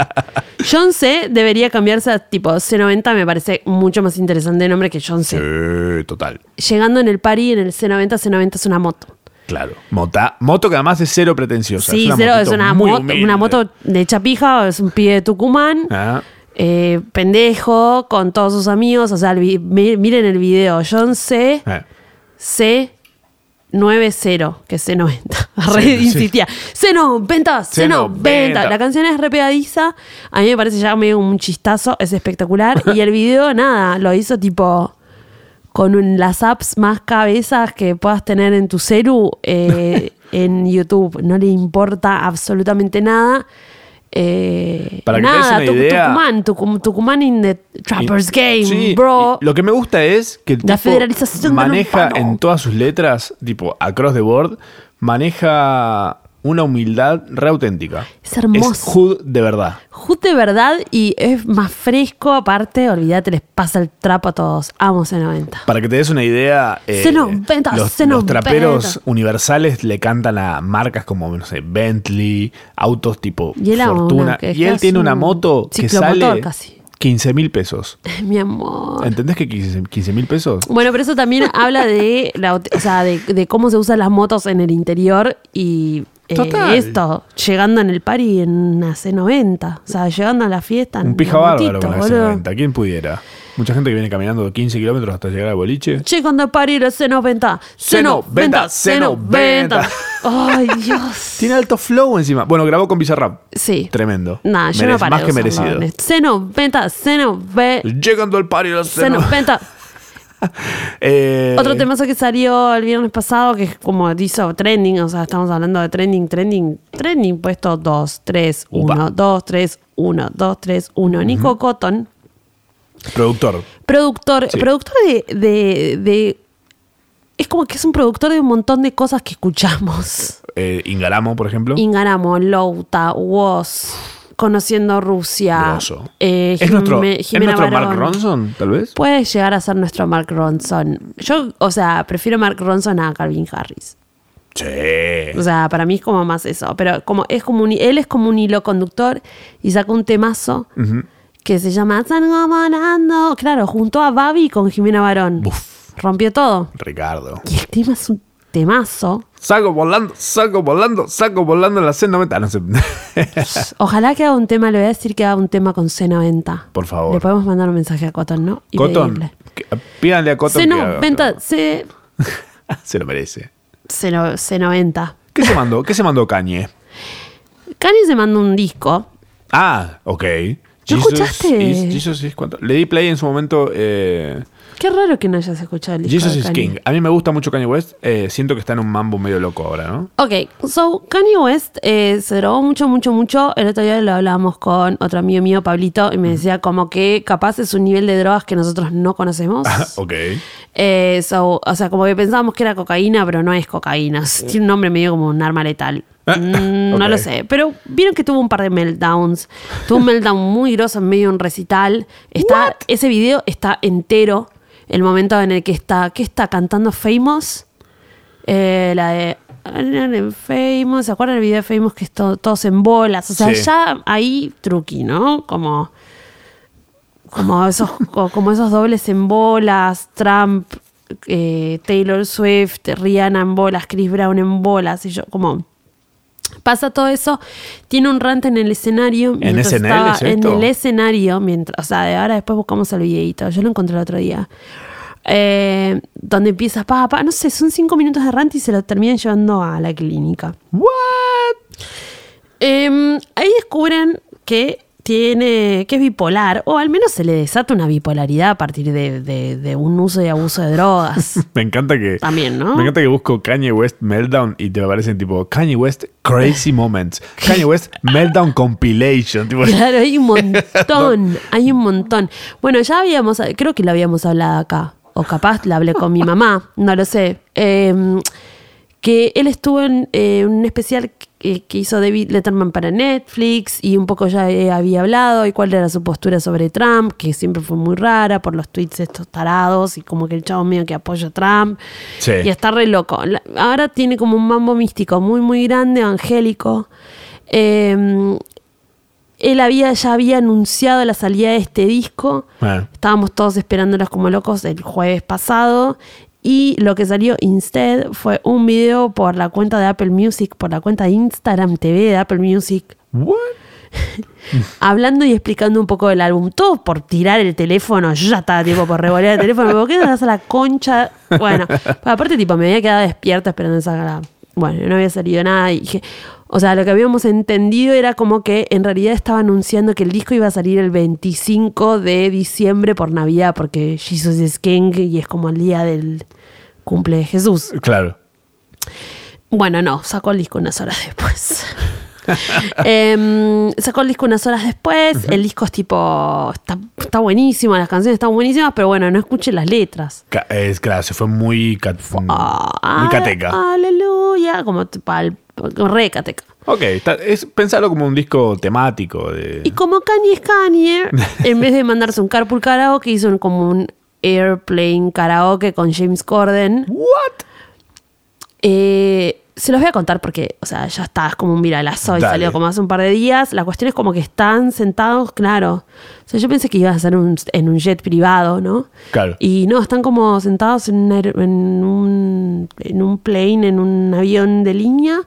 Speaker 4: John C debería cambiarse a tipo C90, me parece mucho más interesante el nombre que John C.
Speaker 1: Sí, total.
Speaker 4: Llegando en el pari en el C90, C90 es una moto.
Speaker 1: Claro. Mota, moto que además es cero pretenciosa.
Speaker 4: Sí,
Speaker 1: es una
Speaker 4: cero, es
Speaker 1: motito
Speaker 4: una
Speaker 1: muy
Speaker 4: moto,
Speaker 1: humilde.
Speaker 4: una moto de chapija, es un pibe de Tucumán,
Speaker 1: Ah,
Speaker 4: eh, pendejo, con todos sus amigos, o sea, el vi- mi- miren el video, John C,
Speaker 1: eh.
Speaker 4: C90, que es C90, re
Speaker 1: Sí, sí.
Speaker 4: insistía, C90,
Speaker 1: C90.
Speaker 4: C90, la canción es re pegadiza, a mí me parece ya medio un chistazo, es espectacular, y el video, nada, lo hizo tipo... Con un- las apps más cabezas que puedas tener en tu celu, eh, en YouTube. No le importa absolutamente nada. Eh,
Speaker 1: Para que te
Speaker 4: nada,
Speaker 1: des una
Speaker 4: Tuc-
Speaker 1: idea-
Speaker 4: Tucumán, Tucum- Tucumán in the Trappers Game,
Speaker 1: Sí,
Speaker 4: bro.
Speaker 1: y Lo que me gusta es que el
Speaker 4: La
Speaker 1: tipo
Speaker 4: federalización del
Speaker 1: maneja
Speaker 4: urbano.
Speaker 1: en todas sus letras, tipo across the board, maneja una humildad re auténtica.
Speaker 4: Es hermoso.
Speaker 1: Es hood de verdad.
Speaker 4: Just de verdad y es más fresco, aparte, olvídate, les pasa el trapo a todos. Amo C90.
Speaker 1: Para que te des una idea, eh,
Speaker 4: Se nos venta,
Speaker 1: los,
Speaker 4: se nos
Speaker 1: los traperos
Speaker 4: venta.
Speaker 1: universales le cantan a marcas como, no sé, Bentley, autos tipo
Speaker 4: Y él a una,
Speaker 1: Fortuna.
Speaker 4: que
Speaker 1: y él
Speaker 4: es
Speaker 1: tiene una
Speaker 4: un
Speaker 1: moto que
Speaker 4: ciclomotor
Speaker 1: sale
Speaker 4: casi.
Speaker 1: 15 mil pesos.
Speaker 4: Mi amor.
Speaker 1: ¿Entendés que 15 mil pesos?
Speaker 4: Bueno, pero eso también habla de, la, aut- o sea, de, de cómo se usan las motos en el interior y eh,
Speaker 1: Total.
Speaker 4: esto, llegando en el party en una C90, o sea, llegando a la fiesta. en
Speaker 1: Un pija
Speaker 4: la
Speaker 1: bárbaro
Speaker 4: motito,
Speaker 1: con la
Speaker 4: boludo.
Speaker 1: C90. ¿Quién pudiera? Mucha gente que viene caminando 15 kilómetros hasta llegar al boliche.
Speaker 4: Llegando al party la C90, C90, C90. Ay, Dios.
Speaker 1: Tiene alto flow encima. Bueno, grabó con Bizarrap.
Speaker 4: Sí.
Speaker 1: Tremendo.
Speaker 4: Nah, yo no
Speaker 1: Merece-
Speaker 4: paré
Speaker 1: Más
Speaker 4: de
Speaker 1: que
Speaker 4: usarlo,
Speaker 1: merecido.
Speaker 4: Ernest. C90, C90,
Speaker 1: Llegando al party los C90.
Speaker 4: C90.
Speaker 1: Eh,
Speaker 4: Otro temazo que salió el viernes pasado, que es como hizo trending, o sea, estamos hablando de trending, trending, trending, puesto 2, 3,
Speaker 1: Upa.
Speaker 4: 1, 2, 3, 1, 2, 3, 1. Nico Cotton,
Speaker 1: Productor.
Speaker 4: productor,
Speaker 1: Sí.
Speaker 4: productor de, de- de- Es como que es un productor de un montón de cosas que escuchamos.
Speaker 1: Eh, Ingaramo, por ejemplo.
Speaker 4: Ingaramo, Louta, Woz, Conociendo Rusia.
Speaker 1: Grosso.
Speaker 4: eh,
Speaker 1: ¿Es nuestro,
Speaker 4: Jime-
Speaker 1: ¿es
Speaker 4: Jimena
Speaker 1: nuestro Mark
Speaker 4: Barón.
Speaker 1: Ronson, tal vez?
Speaker 4: Puede llegar a ser nuestro Mark Ronson. Yo, o sea, prefiero Mark Ronson a Calvin Harris.
Speaker 1: Sí.
Speaker 4: O sea, para mí es como más eso. Pero como es como un- él es como un hilo conductor y saca un temazo que se llama Salgo volando. Claro, junto a Babi con Jimena Barón.
Speaker 1: Buf.
Speaker 4: Rompió todo.
Speaker 1: Ricardo.
Speaker 4: Y el tema es un temazo.
Speaker 1: Salgo volando, salgo volando, salgo volando en la C90. Ah, no sé.
Speaker 4: Ojalá que haga un tema, le voy a decir que haga un tema con C90.
Speaker 1: Por favor.
Speaker 4: Le podemos mandar un mensaje a Cotton, ¿no? Y
Speaker 1: Cotton.
Speaker 4: pedirle.
Speaker 1: que- Pídanle a Cotton. que haga
Speaker 4: C90.
Speaker 1: otro.
Speaker 4: C,
Speaker 1: Se lo merece.
Speaker 4: C, no- C90.
Speaker 1: ¿Qué se mandó? ¿Qué se mandó Kanye?
Speaker 4: Kanye se mandó un disco.
Speaker 1: Ah, ok.
Speaker 4: ¿No escuchaste?
Speaker 1: is- Jesus is- ¿cuánto? Le di play en su momento. eh,
Speaker 4: Qué raro que no hayas escuchado el disco.
Speaker 1: Jesus
Speaker 4: de
Speaker 1: is
Speaker 4: Kanye.
Speaker 1: King. A mí me gusta mucho Kanye West. eh, siento que está en un mambo medio loco ahora, ¿no?
Speaker 4: Ok, so Kanye West eh, se drogó mucho, mucho, mucho. El otro día lo hablábamos con otro amigo mío, Pablito, y me decía como que capaz es un nivel de drogas que nosotros no conocemos.
Speaker 1: Ah, ok.
Speaker 4: Eh, so, o sea, como que pensábamos que era cocaína, pero no es cocaína. Tiene un nombre medio como un arma letal.
Speaker 1: Ah,
Speaker 4: Mm, No
Speaker 1: ok.
Speaker 4: lo sé. Pero vieron que tuvo un par de meltdowns. Tuvo un meltdown muy grosso en medio de un recital. Está, ese video está entero. El momento en el que está, ¿qué está cantando Famous? Eh, la de Famous, ¿se acuerdan del video de Famous que es to- todos en bolas? O sea,
Speaker 1: Sí.
Speaker 4: ya ahí truqui, ¿no? Como como esos, co- como esos dobles en bolas, Trump, eh, Taylor Swift, Rihanna en bolas, Chris Brown en bolas, y yo como pasa todo eso, tiene un rant en el escenario. mientras
Speaker 1: SNL
Speaker 4: estaba-
Speaker 1: es esto?
Speaker 4: En el escenario, mientras, o sea, de ahora después buscamos el videito, yo lo encontré el otro día. Eh, donde empiezas, pa, pa, no sé, son cinco minutos de rant y se lo terminan llevando a la clínica. Em, ahí descubren que tiene. que es bipolar, o al menos se le desata una bipolaridad a partir de, de- de un uso y abuso de drogas.
Speaker 1: Me encanta que.
Speaker 4: También, ¿no?
Speaker 1: Me encanta que busco Kanye West Meltdown y te aparecen tipo Kanye West Crazy Moments. Kanye West Meltdown Compilation. Tipo,
Speaker 4: Claro, hay un montón, hay un montón. Bueno, ya habíamos, creo que lo habíamos hablado acá, o capaz la hablé con mi mamá, no lo sé. Em, que él estuvo en eh, un especial que, que hizo David Letterman para Netflix y un poco ya eh, había hablado y cuál era su postura sobre Trump, que siempre fue muy rara por los tweets estos tarados y como que el chavo mío que apoya a Trump.
Speaker 1: Sí.
Speaker 4: Y está re loco. La- Ahora tiene como un mambo místico muy, muy grande, angélico. Eh, él había, ya había anunciado la salida de este disco.
Speaker 1: Ah.
Speaker 4: Estábamos todos esperándolos como locos el jueves pasado. Y lo que salió instead fue un video por la cuenta de Apple Music, por la cuenta de Instagram TV de Apple Music,
Speaker 1: What?
Speaker 4: hablando y explicando un poco del álbum. Todo por tirar el teléfono. Yo ya estaba tipo por revolear el teléfono. ¿Por qué te das a la concha? Bueno, aparte, tipo, me había quedado despierta esperando esa gala. Bueno, no había salido nada. Y dije, o sea, lo que habíamos entendido era como que en realidad estaba anunciando que el disco iba a salir el 25 de diciembre por Navidad, porque Jesus is King y es como el día del cumple de Jesús.
Speaker 1: Claro.
Speaker 4: Bueno, no, sacó el disco unas horas después. Em, sacó el disco unas horas después. El disco es tipo. Está, está buenísimo, las canciones están buenísimas, pero bueno, no escuche las letras.
Speaker 1: Ca- Es claro, se fue muy, cat-
Speaker 4: Ah,
Speaker 1: Mm. muy cateca.
Speaker 4: Aleluya, como t- pal- re cateca.
Speaker 1: Ok, está- es, pensarlo como un disco temático. De...
Speaker 4: Y como Kanye es Kanye, en vez de mandarse un carpool karaoke, hizo un- como un airplane karaoke con James Corden.
Speaker 1: ¿What?
Speaker 4: Eh, se los voy a contar porque, o sea, ya está, es como un viralazo y
Speaker 1: Dale.
Speaker 4: salió como hace un par de días. La cuestión es como que están sentados, claro. O sea, yo pensé que ibas a ser un- en un jet privado, ¿no?
Speaker 1: Claro.
Speaker 4: Y no, están como sentados en un, aer- en un, en un plane, en un avión de línea.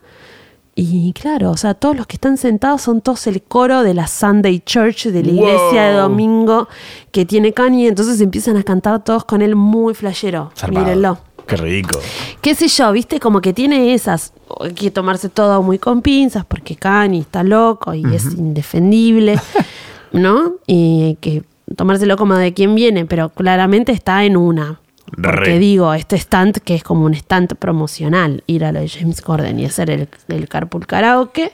Speaker 4: Y claro, o sea, todos los que están sentados son todos el coro de la Sunday Church, de la
Speaker 1: Wow.
Speaker 4: iglesia de domingo que tiene Kanye. Entonces empiezan a cantar todos con él muy flashero.
Speaker 1: Zarpado.
Speaker 4: Mírenlo
Speaker 1: Qué rico.
Speaker 4: qué sé yo, viste, como que tiene esas, hay que tomarse todo muy con pinzas porque Kanye está loco y es indefendible, ¿no? Y hay que tomárselo como de quién viene, pero claramente está en una. Porque
Speaker 1: Re.
Speaker 4: digo, este stand que es como un stand promocional, ir a lo de James Corden y hacer el, el carpool karaoke,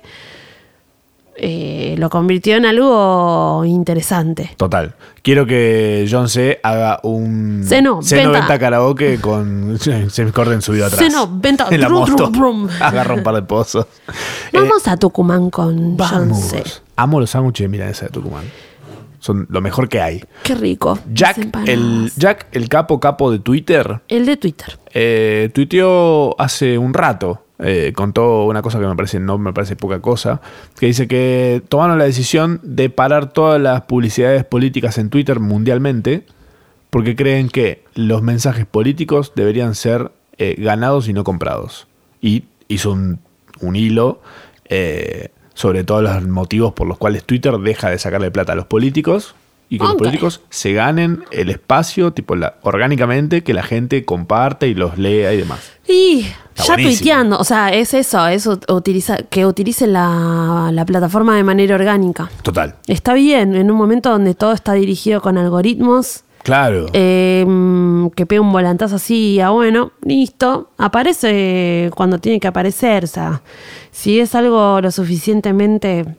Speaker 4: eh, lo convirtió en algo interesante.
Speaker 1: Total. Quiero que John C. haga un
Speaker 4: C no, venta.
Speaker 1: karaoke con James Corden subido atrás.
Speaker 4: C no, venta.
Speaker 1: En la
Speaker 4: Brum,
Speaker 1: moto.
Speaker 4: brum, brum.
Speaker 1: Agarra un par de pozos. Eh,
Speaker 4: Vamos a Tucumán con John
Speaker 1: vamos
Speaker 4: C.
Speaker 1: Amo los sándwiches de milanesa de Tucumán. Son lo mejor que hay.
Speaker 4: Qué rico. Las
Speaker 1: Jack,
Speaker 4: empanadas.
Speaker 1: el, Jack, el capo capo de Twitter,
Speaker 4: El de Twitter.
Speaker 1: eh, tuiteó hace un rato, eh, contó una cosa que me parece, no me parece poca cosa, que dice que tomaron la decisión de parar todas las publicidades políticas en Twitter mundialmente porque creen que los mensajes políticos deberían ser eh, ganados y no comprados. Y hizo un, un hilo eh, sobre todos los motivos por los cuales Twitter deja de sacarle plata a los políticos y que los
Speaker 4: Ok.
Speaker 1: políticos se ganen el espacio, tipo la- orgánicamente, que la gente comparte y los lea y demás.
Speaker 4: Y ya
Speaker 1: buenísimo.
Speaker 4: tuiteando, o sea, es eso, es ut- utiliza, que utilice la, la plataforma de manera orgánica.
Speaker 1: Total.
Speaker 4: Está bien, en un momento donde todo está dirigido con algoritmos,
Speaker 1: Claro.
Speaker 4: eh, mm, que pega un volantazo así, ah, bueno, listo, aparece cuando tiene que aparecer, o sea, si es algo lo suficientemente...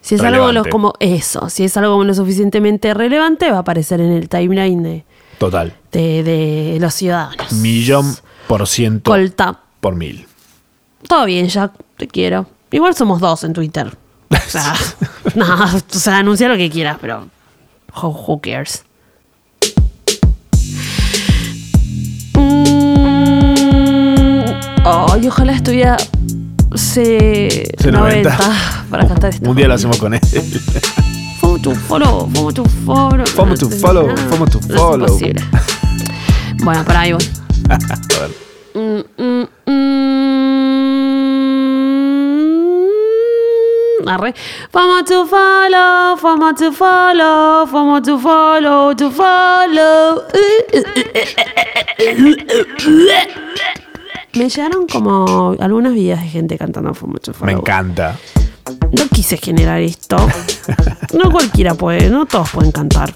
Speaker 4: Si es algo lo,
Speaker 1: Relevante.
Speaker 4: como eso, si es algo lo suficientemente relevante, va a aparecer en el timeline de,
Speaker 1: Total.
Speaker 4: de, de los ciudadanos.
Speaker 1: Millón por ciento
Speaker 4: Colta.
Speaker 1: por mil.
Speaker 4: Todo bien, Jack, te quiero. Igual somos dos en Twitter. O sea, nada, o sea, anuncia lo que quieras, pero who, who cares. Mm, Ay, ojalá estuviera C90
Speaker 1: C90.
Speaker 4: para cantar este esta.
Speaker 1: Un día lo hacemos con él.
Speaker 4: Fomo to follow, fomo to follow. Ah,
Speaker 1: Fomo to follow, fomo to
Speaker 4: No es
Speaker 1: follow.
Speaker 4: imposible. Bueno, para ahí voy. Mm, mm, mm. Arre. Fomo to follow, fomo to follow, fomo to follow, to follow. Me llegaron como algunas videos de gente cantando Fomo to
Speaker 1: Me
Speaker 4: follow.
Speaker 1: encanta.
Speaker 4: No quise generar esto. No cualquiera puede, no todos pueden cantar.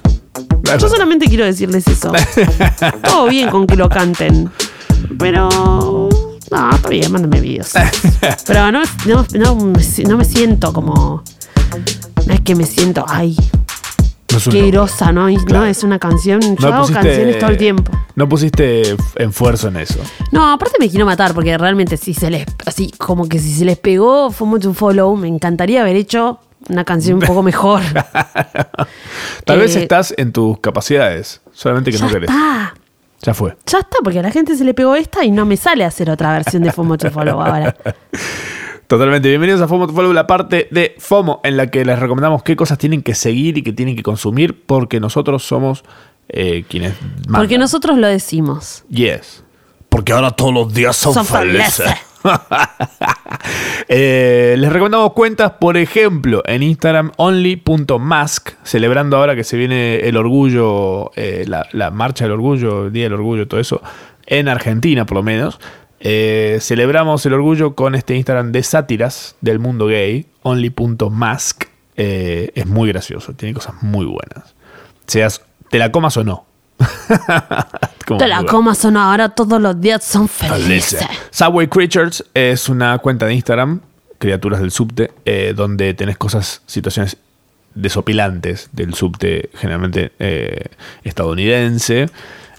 Speaker 4: Yo solamente quiero decirles eso. Todo bien con que lo canten. Pero. No, está bien, mándame videos. Pero no, no, no me si- no me siento como. No es que me siento. Ay,
Speaker 1: No es un
Speaker 4: qué
Speaker 1: nombre.
Speaker 4: grosa, ¿no? Y
Speaker 1: Claro.
Speaker 4: No, es una canción. Yo
Speaker 1: No
Speaker 4: hago
Speaker 1: pusiste- Eh.
Speaker 4: canciones todo el tiempo.
Speaker 1: No pusiste esfuerzo en eso.
Speaker 4: No, aparte me quiero matar porque realmente si se les. Así como que si se les pegó, fue mucho un follow. Me encantaría haber hecho una canción un poco mejor.
Speaker 1: Tal
Speaker 4: Eh,
Speaker 1: vez estás en tus capacidades, solamente que
Speaker 4: ya
Speaker 1: no querés.
Speaker 4: está.
Speaker 1: Ya fue.
Speaker 4: Ya está, porque a la gente se le pegó esta y no me sale hacer otra versión de Fomo to Follow ahora.
Speaker 1: Totalmente. Bienvenidos a FOMO to Follow, la parte de FOMO en la que les recomendamos qué cosas tienen que seguir y que tienen que consumir porque nosotros somos eh, quienes mandan.
Speaker 4: Porque nosotros lo decimos.
Speaker 1: Yes. Porque ahora todos los días son,
Speaker 4: Son
Speaker 1: felices.
Speaker 4: felices.
Speaker 1: Eh, les recomendamos cuentas, por ejemplo, en Instagram only.mask, celebrando ahora que se viene el orgullo, eh, la, la marcha del orgullo, el día del orgullo, todo eso, en Argentina por lo menos. Eh, celebramos el orgullo con este Instagram de sátiras del mundo gay, only.mask. Eh, es muy gracioso, tiene cosas muy buenas. Seas, te la comas o no. Como
Speaker 4: Te la
Speaker 1: muy bueno.
Speaker 4: comas o no, ahora todos los días son felices.
Speaker 1: Fallece. Subway Creatures es una cuenta de Instagram, criaturas del subte, eh, donde tenés cosas, situaciones desopilantes del subte generalmente eh, estadounidense.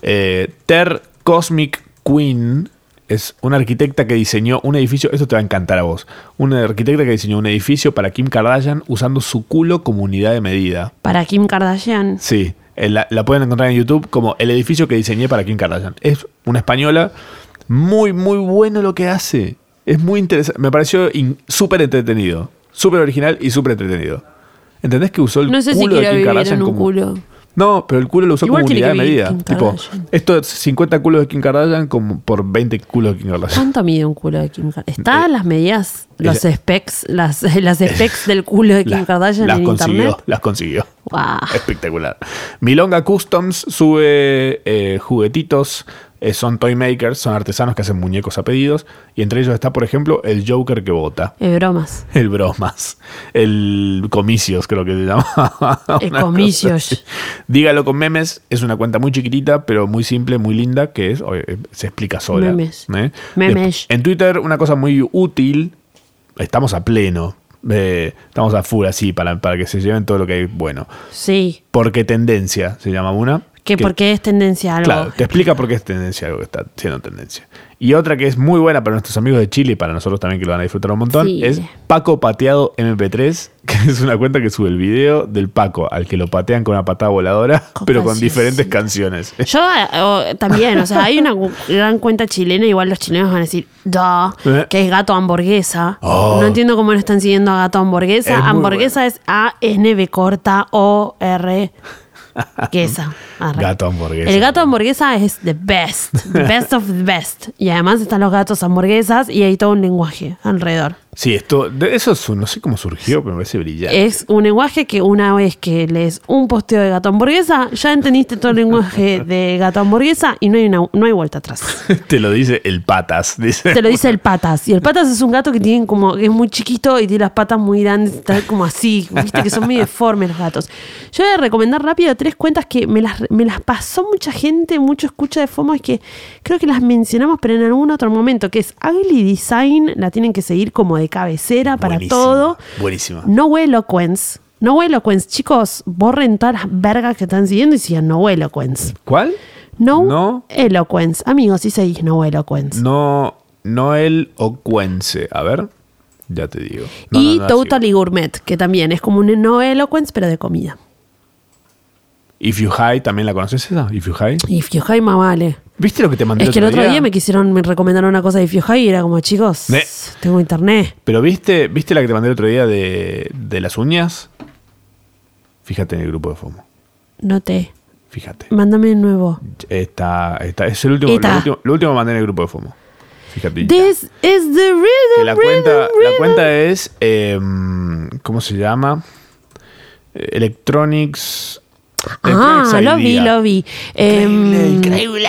Speaker 1: Eh, Ter Cosmic Queen es una arquitecta que diseñó un edificio, esto te va a encantar a vos, una arquitecta que diseñó un edificio para Kim Kardashian usando su culo como unidad de medida.
Speaker 4: Para Kim Kardashian.
Speaker 1: Sí, eh, la, la pueden encontrar en YouTube como el edificio que diseñé para Kim Kardashian. Es una española, muy, muy bueno lo que hace. Es muy interesante. Me pareció in- súper entretenido. Súper original y súper entretenido. ¿Entendés que usó el
Speaker 4: No sé si
Speaker 1: culo de
Speaker 4: quiero
Speaker 1: Kim
Speaker 4: vivir
Speaker 1: Kardashian
Speaker 4: en un
Speaker 1: como-
Speaker 4: culo.
Speaker 1: No, pero el culo lo usó
Speaker 4: Igual
Speaker 1: como
Speaker 4: tiene
Speaker 1: unidad de
Speaker 4: que vivir
Speaker 1: medida.
Speaker 4: Kim
Speaker 1: Tipo,
Speaker 4: Kardashian.
Speaker 1: esto es 50 culos de Kim Kardashian como por 20 culos de Kim Kardashian.
Speaker 4: ¿Cuánto mide un culo de Kim Kardashian? ¿Está
Speaker 1: Eh,
Speaker 4: las medidas, los
Speaker 1: ella-
Speaker 4: specs, las, las specs del culo de Kim
Speaker 1: Las-
Speaker 4: Kardashian
Speaker 1: las
Speaker 4: en
Speaker 1: consiguió,
Speaker 4: internet?
Speaker 1: Las consiguió.
Speaker 4: Guau.
Speaker 1: Espectacular. Milonga Customs sube eh, juguetitos. eh, son toy makers, son artesanos que hacen muñecos a pedidos. Y entre ellos está, por ejemplo, el Joker que vota.
Speaker 4: Es bromas.
Speaker 1: El bromas. El comicios, creo que se llama.
Speaker 4: El
Speaker 1: Una cosa
Speaker 4: comicios.
Speaker 1: así. Dígalo con memes. Es una cuenta muy chiquitita, pero muy simple, muy linda, que es oye, eh, se explica sola.
Speaker 4: Memes.
Speaker 1: ¿eh?
Speaker 4: Memes.
Speaker 1: En Twitter, una cosa muy útil. Estamos a pleno. eh, estamos a full así para, para que se lleven todo lo que hay bueno.
Speaker 4: Sí.
Speaker 1: Porque tendencia se llama una.
Speaker 4: Que
Speaker 1: Que-
Speaker 4: porque es tendencia a algo.
Speaker 1: Claro, te explica por qué es tendencia algo que está siendo tendencia. Y otra que es muy buena para nuestros amigos de Chile y para nosotros también que lo van a disfrutar un montón
Speaker 4: Sí.
Speaker 1: es Paco Pateado MP3, que es una cuenta que sube el video del Paco al que lo patean con una patada voladora,
Speaker 4: Con
Speaker 1: pero con
Speaker 4: canciones.
Speaker 1: diferentes canciones.
Speaker 4: Yo eh, o- también, o sea, hay una gu- gran cuenta chilena, igual los chilenos van a decir, da,
Speaker 1: Eh.
Speaker 4: que es gato hamburguesa.
Speaker 1: Oh.
Speaker 4: No entiendo cómo no están siguiendo a gato hamburguesa.
Speaker 1: Es muy
Speaker 4: hamburguesa es A-N-B corta O-R. Guesa. Arre.
Speaker 1: Gato hamburguesa.
Speaker 4: El gato hamburguesa es the best, the best of the best. Y además están los gatos hamburguesas y hay todo un lenguaje alrededor.
Speaker 1: Sí, esto, de eso es un- no sé cómo surgió, pero me parece brillante.
Speaker 4: Es un lenguaje que una vez que lees un posteo de gato hamburguesa, ya entendiste todo el lenguaje de gato hamburguesa y no hay, una, no hay vuelta atrás.
Speaker 1: Te lo dice el patas, dice.
Speaker 4: Te lo dice el patas. Y el patas es un gato que tiene como, que es muy chiquito y tiene las patas muy grandes, está como así, viste que son muy deformes los gatos. Yo voy a recomendar rápido tres cuentas que me las, me las pasó mucha gente, mucho escucha de FOMO, es que creo que las mencionamos, pero en algún otro momento, que es Ugly Design, la tienen que seguir como de cabecera para
Speaker 1: Buenísima,
Speaker 4: todo.
Speaker 1: buenísima.
Speaker 4: No Eloquence. No Eloquence, chicos, borren todas las vergas que están siguiendo y sigan No Eloquence.
Speaker 1: ¿Cuál?
Speaker 4: No,
Speaker 1: No.
Speaker 4: Eloquence. Amigos, si seguís No Eloquence.
Speaker 1: No, Noel Ocuense. A ver, ya te digo. No,
Speaker 4: y
Speaker 1: no, no,
Speaker 4: Totally Gourmet, que también es como un no eloquence, pero de comida.
Speaker 1: sí. If You High, ¿también la conoces esa? If You High.
Speaker 4: Y Fiohai más vale.
Speaker 1: ¿Viste lo que te mandé
Speaker 4: Es que el otro día me quisieron, me recomendaron una cosa de Fiohai y era como, chicos,
Speaker 1: Ne.
Speaker 4: tengo internet.
Speaker 1: Pero viste, viste la que te mandé el otro día de, de las uñas. Fíjate en el grupo de FOMO.
Speaker 4: No te.
Speaker 1: Fíjate.
Speaker 4: Mándame de nuevo.
Speaker 1: Está,
Speaker 4: Está
Speaker 1: está, es el último,
Speaker 4: Mm. Está.
Speaker 1: lo último. lo último que mandé en el grupo de FOMO. Fíjate.
Speaker 4: This is the
Speaker 1: Que
Speaker 4: rhythm,
Speaker 1: la
Speaker 4: rhythm,
Speaker 1: cuenta, la
Speaker 4: rhythm.
Speaker 1: cuenta es. eh, ¿Cómo se llama? Eh, Electronics. Electronics
Speaker 4: Ah, lo vi,
Speaker 1: Idea.
Speaker 4: lo vi. Em,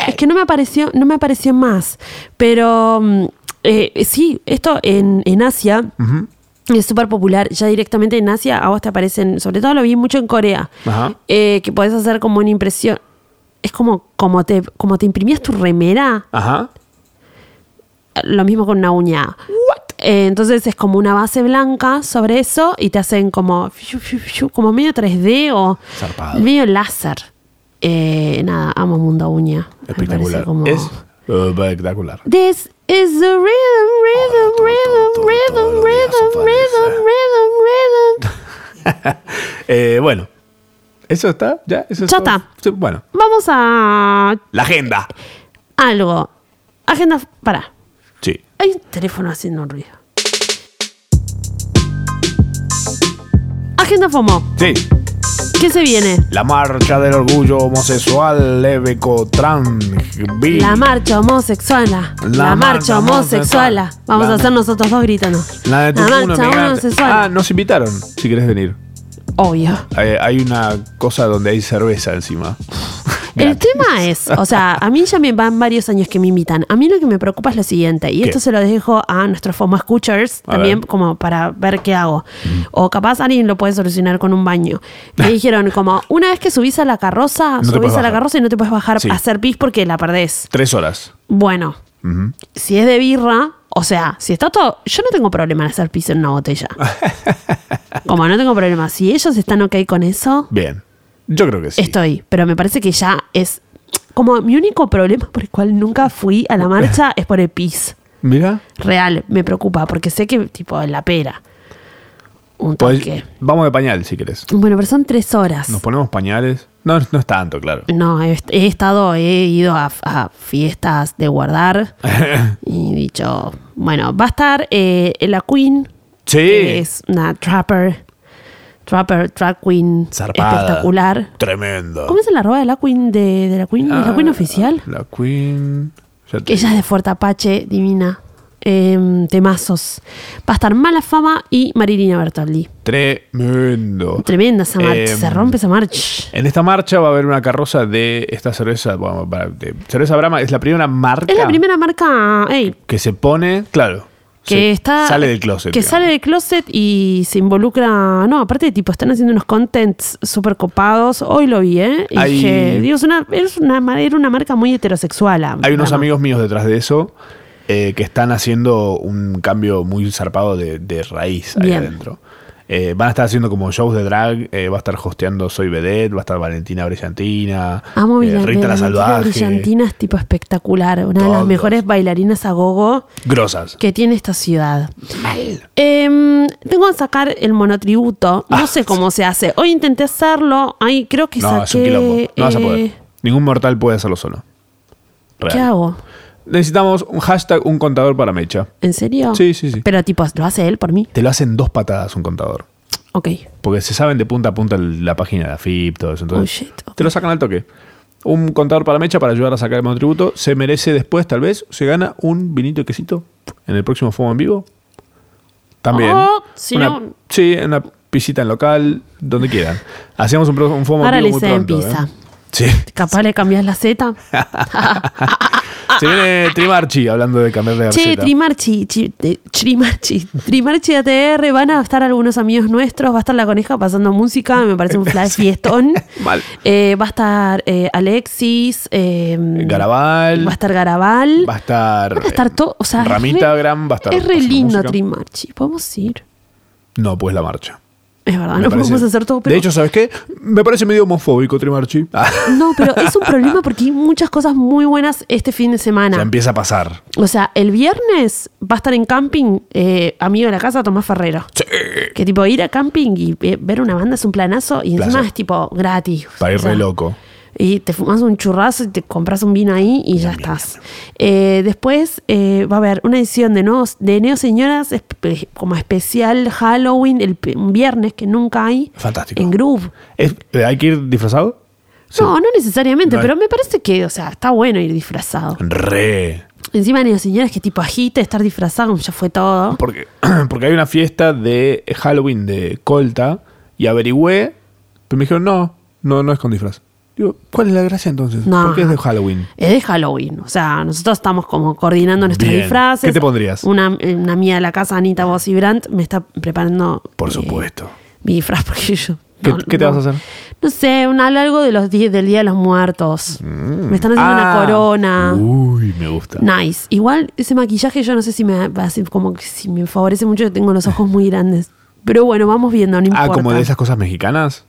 Speaker 4: Es que no me apareció, no me apareció más. Pero mm, eh, sí, esto en, en Asia es súper popular. Ya directamente en Asia a vos te aparecen, sobre todo lo vi mucho en Corea,
Speaker 1: Ajá.
Speaker 4: eh, que podés hacer como una impresión. Es como, como te, como te imprimías tu remera,
Speaker 1: Ajá.
Speaker 4: lo mismo con una uña. Eh, entonces es como una base blanca sobre eso y te hacen como, fiu, fiu, fiu, como medio 3D o
Speaker 1: Zarpado.
Speaker 4: medio láser. Eh, nada, amo mundo uña. Me
Speaker 1: Espectacular.
Speaker 4: parece como-
Speaker 1: Es espectacular.
Speaker 4: This is the rhythm, rhythm,
Speaker 1: Ahora,
Speaker 4: rhythm,
Speaker 1: todo, todo, todo, todo lo
Speaker 4: rhythm,
Speaker 1: que hace
Speaker 4: rhythm,
Speaker 1: falta.
Speaker 4: rhythm, rhythm, rhythm.
Speaker 1: Eh, bueno. ¿Eso está? ¿Ya? ¿Eso es
Speaker 4: Ya
Speaker 1: todo?
Speaker 4: está.
Speaker 1: Sí, Bueno.
Speaker 4: Vamos a
Speaker 1: La agenda.
Speaker 4: algo. Agenda, para.
Speaker 1: Sí.
Speaker 4: Hay un teléfono haciendo un ruido. Agenda FOMO.
Speaker 1: Sí.
Speaker 4: ¿Qué se viene?
Speaker 1: La marcha del orgullo homosexual, lébico, trans, bi.
Speaker 4: La marcha homosexuala. La,
Speaker 1: La
Speaker 4: marcha
Speaker 1: marcha
Speaker 4: homosexuala.
Speaker 1: homosexual.
Speaker 4: Vamos
Speaker 1: La-
Speaker 4: a hacer nosotros dos gritando.
Speaker 1: La de Tucumán,
Speaker 4: marcha
Speaker 1: amiga.
Speaker 4: homosexuala.
Speaker 1: Ah, nos invitaron, si querés venir.
Speaker 4: Obvio.
Speaker 1: Eh, hay una cosa donde hay cerveza encima.
Speaker 4: El tema es, o sea, a mí ya me van varios años que me invitan. A mí lo que me preocupa es lo siguiente, y
Speaker 1: ¿Qué?
Speaker 4: esto se lo dejo a nuestros FOMO Escuchers
Speaker 1: A
Speaker 4: también,
Speaker 1: ver. Mm.
Speaker 4: como para ver qué hago. O capaz alguien lo puede solucionar con un baño. Me dijeron, como, una vez que subís a la carroza,
Speaker 1: No te
Speaker 4: subís
Speaker 1: puedes
Speaker 4: a la
Speaker 1: bajar.
Speaker 4: carroza y no te puedes bajar
Speaker 1: Sí.
Speaker 4: a hacer pis porque la perdés.
Speaker 1: Tres horas.
Speaker 4: Bueno, si es de birra, o sea, si está todo. Yo no tengo problema en hacer pis en una botella. como no tengo problema. Si ellos están ok con eso,
Speaker 1: Bien. Yo creo que sí.
Speaker 4: Estoy, pero me parece que ya es. Como mi único problema por el cual nunca fui a la marcha es por el pis.
Speaker 1: Mira.
Speaker 4: Real, me preocupa, porque sé que, tipo, la pera. Un
Speaker 1: podés-
Speaker 4: toque.
Speaker 1: pues, vamos de pañal si querés.
Speaker 4: Bueno, pero son tres horas.
Speaker 1: Nos ponemos pañales. No, no es tanto, claro.
Speaker 4: No, he, he estado, he ido a, a fiestas de guardar y dicho, bueno, va a estar eh, la Queen,
Speaker 1: Sí.
Speaker 4: que es una trapper, trapper, drag queen
Speaker 1: Zarpada.
Speaker 4: espectacular.
Speaker 1: Tremendo.
Speaker 4: ¿Cómo es la roba de la Queen de, de la Queen? ¿Es la
Speaker 1: Ah.
Speaker 4: Queen oficial?
Speaker 1: La Queen. Ya te
Speaker 4: que ella es de Fuerte Apache, divina. Em, temazos. Va a estar Mala Fama y Marilina Bertoldi.
Speaker 1: Tremendo.
Speaker 4: Tremenda esa marcha.
Speaker 1: Em,
Speaker 4: se rompe esa marcha.
Speaker 1: En esta marcha va a haber una carroza de esta cerveza. bueno, para- de- cerveza Brahma es la primera marca
Speaker 4: Es la primera marca ey,
Speaker 1: que se pone. Claro.
Speaker 4: que
Speaker 1: se-
Speaker 4: está.
Speaker 1: Sale del closet.
Speaker 4: Que
Speaker 1: digamos.
Speaker 4: sale del closet y se involucra. No, aparte, tipo, están haciendo unos contents súper copados. Hoy lo vi, ¿eh? Y
Speaker 1: Hay-
Speaker 4: dije, digo, es una, es una, ma- era una marca muy heterosexual. la-
Speaker 1: Hay unos
Speaker 4: la-
Speaker 1: amigos míos detrás de eso eh, que están haciendo un cambio muy zarpado de, de raíz ahí
Speaker 4: Bien.
Speaker 1: adentro. Eh, van a estar haciendo como shows de drag, eh, va a estar hosteando Soy Vedette, va a estar Valentina Brillantina,
Speaker 4: Amo
Speaker 1: eh,
Speaker 4: Villan-
Speaker 1: Rita la
Speaker 4: Valentina
Speaker 1: Salvaje,
Speaker 4: Brillantina es tipo espectacular. Una de las
Speaker 1: Todos.
Speaker 4: mejores bailarinas a gogo
Speaker 1: grosas.
Speaker 4: que tiene esta ciudad. Em, tengo que sacar el monotributo. No
Speaker 1: Ah,
Speaker 4: sé cómo se hace. Hoy intenté hacerlo. Ay, creo que
Speaker 1: No,
Speaker 4: saqué.
Speaker 1: es un quilombo. No vas a poder.
Speaker 4: eh,
Speaker 1: Ningún mortal puede hacerlo solo. Real.
Speaker 4: ¿Qué hago?
Speaker 1: Necesitamos un hashtag, un contador para Mecha.
Speaker 4: ¿En serio?
Speaker 1: Sí, sí, sí.
Speaker 4: Pero tipo, ¿lo hace él por mí?
Speaker 1: Te lo hacen dos patadas un contador.
Speaker 4: Ok.
Speaker 1: Porque se saben de punta a punta el- la página de AFIP, todo eso. Entonces,
Speaker 4: Oh, shit, ok.
Speaker 1: Te lo sacan al toque. Un contador para mecha para ayudar a sacar el monotributo. Se merece después, tal vez, se gana un vinito y quesito en el próximo FOMO en vivo. También.
Speaker 4: Oh, si
Speaker 1: Una-
Speaker 4: no-
Speaker 1: Sí, en una pisita en local, donde quieran. Hacíamos un, pro- un FOMO en
Speaker 4: Ahora
Speaker 1: vivo muy
Speaker 4: le hice
Speaker 1: pronto.
Speaker 4: pizza.
Speaker 1: ¿eh? Sí.
Speaker 4: Capaz le cambias la Z. Ah,
Speaker 1: Se viene Trimarchi hablando de cambiar de
Speaker 4: Che,
Speaker 1: receta.
Speaker 4: Trimarchi, chi- eh, Trimarchi, Trimarchi ATR, van a estar algunos amigos nuestros, va a estar la coneja pasando música, me parece un flash fiestón.
Speaker 1: Mal.
Speaker 4: Eh, va a estar eh, Alexis, eh,
Speaker 1: Garabal.
Speaker 4: va a estar Garabal,
Speaker 1: Va a estar.
Speaker 4: van a estar todos, o sea, es
Speaker 1: Ramita
Speaker 4: re-
Speaker 1: Gran va a estar.
Speaker 4: Es re
Speaker 1: haciendo
Speaker 4: lindo
Speaker 1: música.
Speaker 4: Trimarchi, podemos ir.
Speaker 1: No, pues la marcha.
Speaker 4: Es verdad,
Speaker 1: Me
Speaker 4: no
Speaker 1: parece-
Speaker 4: podemos hacer todo, pero
Speaker 1: De hecho, ¿sabes qué? Me parece medio homofóbico Trimarchi. Ah,
Speaker 4: no, pero es un problema porque hay muchas cosas muy buenas este fin de semana.
Speaker 1: Ya empieza a pasar.
Speaker 4: O sea, el viernes va a estar en camping, eh, amigo de la casa, Tomás Ferrero. Que tipo, ir a camping y eh, ver una banda es un planazo y encima
Speaker 1: Planazo.
Speaker 4: es tipo gratis.
Speaker 1: Para ir
Speaker 4: O sea,
Speaker 1: re loco.
Speaker 4: Y te fumas un churrazo y te compras un vino ahí y ya estás. Eh, después eh, va a haber una edición de, nuevos, de Neo Señoras espe- como especial Halloween, el p- un viernes que nunca hay.
Speaker 1: Fantástico.
Speaker 4: En Groove.
Speaker 1: ¿Es- eh, ¿Hay que ir disfrazado? Sí.
Speaker 4: No, no necesariamente,
Speaker 1: No hay-
Speaker 4: pero me parece que, o sea, está bueno ir disfrazado.
Speaker 1: Re.
Speaker 4: Encima de Neo Señoras que tipo agite, estar disfrazado, ya fue todo.
Speaker 1: Porque, porque hay una fiesta de Halloween de Colta y averigüé, pero me dijeron, no, no, no es con disfraz. Digo, ¿cuál es la gracia entonces?
Speaker 4: No.
Speaker 1: ¿Por qué es de Halloween?
Speaker 4: Es de Halloween. O sea, nosotros estamos como coordinando nuestros
Speaker 1: Bien.
Speaker 4: disfraces.
Speaker 1: ¿Qué te pondrías?
Speaker 4: Una, eh, una amiga de la casa, Anita Bossi Brandt, me está preparando.
Speaker 1: Por
Speaker 4: eh,
Speaker 1: supuesto.
Speaker 4: mi disfraz porque yo.
Speaker 1: ¿Qué- qué te vas a hacer?
Speaker 4: No sé, un, algo de los di- del Día de los Muertos. Me están haciendo
Speaker 1: Ah.
Speaker 4: una corona.
Speaker 1: Uy, me gusta.
Speaker 4: Nice. Igual ese maquillaje yo no sé si me va a hacer- como que si me favorece mucho, yo tengo los ojos muy grandes. Pero bueno, vamos viendo, no importa.
Speaker 1: ah, como de esas cosas mexicanas.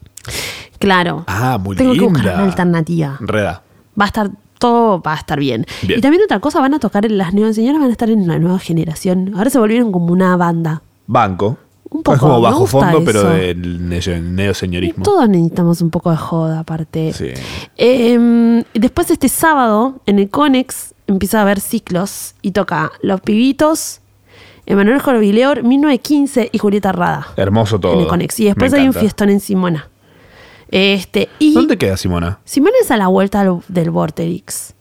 Speaker 4: Claro.
Speaker 1: Ah, muy
Speaker 4: Tengo que buscar
Speaker 1: linda.
Speaker 4: una alternativa.
Speaker 1: Reda.
Speaker 4: va a estar todo va a estar bien.
Speaker 1: Bien.
Speaker 4: Y también otra cosa, van a tocar en las nuevas señoras, van a estar en la nueva generación. Ahora se volvieron como una banda.
Speaker 1: Banco.
Speaker 4: Un poco,
Speaker 1: es como
Speaker 4: me
Speaker 1: bajo
Speaker 4: gusta
Speaker 1: fondo, pero
Speaker 4: eso.
Speaker 1: del neo- neoseñorismo.
Speaker 4: Todos necesitamos un poco de joda aparte.
Speaker 1: Sí.
Speaker 4: Eh, después este sábado en el Conex empieza a haber ciclos y toca Los Pibitos, Emanuel Jorvileur, 1915 y Julieta Rada.
Speaker 1: Hermoso Eh, todo.
Speaker 4: En el Conex. Y
Speaker 1: Me
Speaker 4: después hay un
Speaker 1: encanta.
Speaker 4: fiestón en Simona. Este, y
Speaker 1: ¿Dónde queda Simona?
Speaker 4: Simona es a la vuelta del, del Vorterix.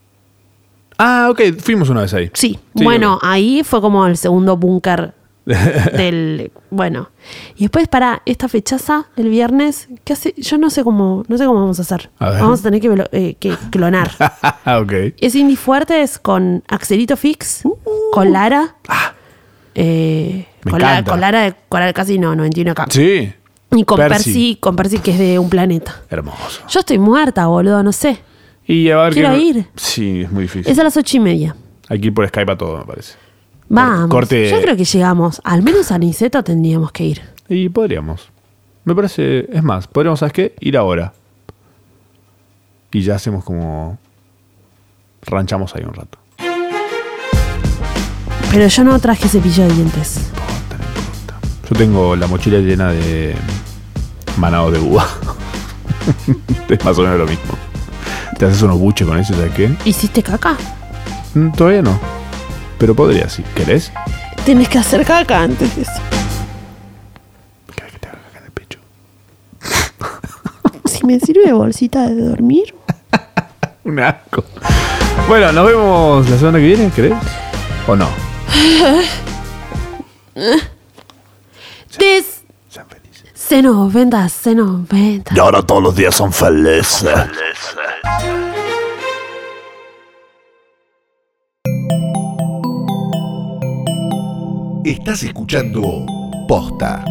Speaker 1: Ah, ok, fuimos una vez ahí.
Speaker 4: Sí, bueno,
Speaker 1: ok.
Speaker 4: ahí fue como el segundo búnker del bueno. Y después para esta fechaza el viernes, ¿qué hace? Yo no sé cómo, no sé cómo vamos a hacer.
Speaker 1: A ver.
Speaker 4: vamos a tener que, velo- eh, que clonar.
Speaker 1: ok.
Speaker 4: es Indie Fuertes con Axelito Fix, con Lara.
Speaker 1: Uh.
Speaker 4: eh,
Speaker 1: Ah. Me
Speaker 4: con, Lara
Speaker 1: encanta.
Speaker 4: con Lara de Coral Casino 91 acá.
Speaker 1: Sí.
Speaker 4: Y con Percy.
Speaker 1: Percy,
Speaker 4: con Percy que es de un planeta.
Speaker 1: Hermoso.
Speaker 4: Yo estoy muerta, boludo, no sé.
Speaker 1: Y a ver
Speaker 4: Quiero
Speaker 1: qué-
Speaker 4: ir.
Speaker 1: Sí, es muy difícil.
Speaker 4: Es a las ocho y media.
Speaker 1: Hay que ir por Skype a todo, me parece.
Speaker 4: Vamos.
Speaker 1: corte-
Speaker 4: Yo creo que llegamos. Al menos a Niceto tendríamos que ir.
Speaker 1: Y podríamos. Me parece, es más, podríamos, ¿sabes qué? Ir ahora. Y ya hacemos como... Ranchamos ahí un rato.
Speaker 4: Pero yo no traje cepillo de dientes.
Speaker 1: Yo tengo la mochila llena de manado de uva. es más o menos lo mismo. Te haces unos buches con eso, ¿sabes qué?
Speaker 4: ¿Hiciste caca?
Speaker 1: Mm, Todavía no. Pero podría, si querés.
Speaker 4: Tienes que hacer caca antes de eso.
Speaker 1: ¿Querés que te haga acá en el pecho?
Speaker 4: Si me sirve bolsita de dormir.
Speaker 1: Un asco. Bueno, nos vemos la semana que viene, ¿querés? ¿O no?
Speaker 4: Des-
Speaker 1: Sean felices.
Speaker 4: Se nos venda, se nos venda.
Speaker 3: Y ahora todos los días son felices.
Speaker 5: Estás escuchando
Speaker 3: Posta.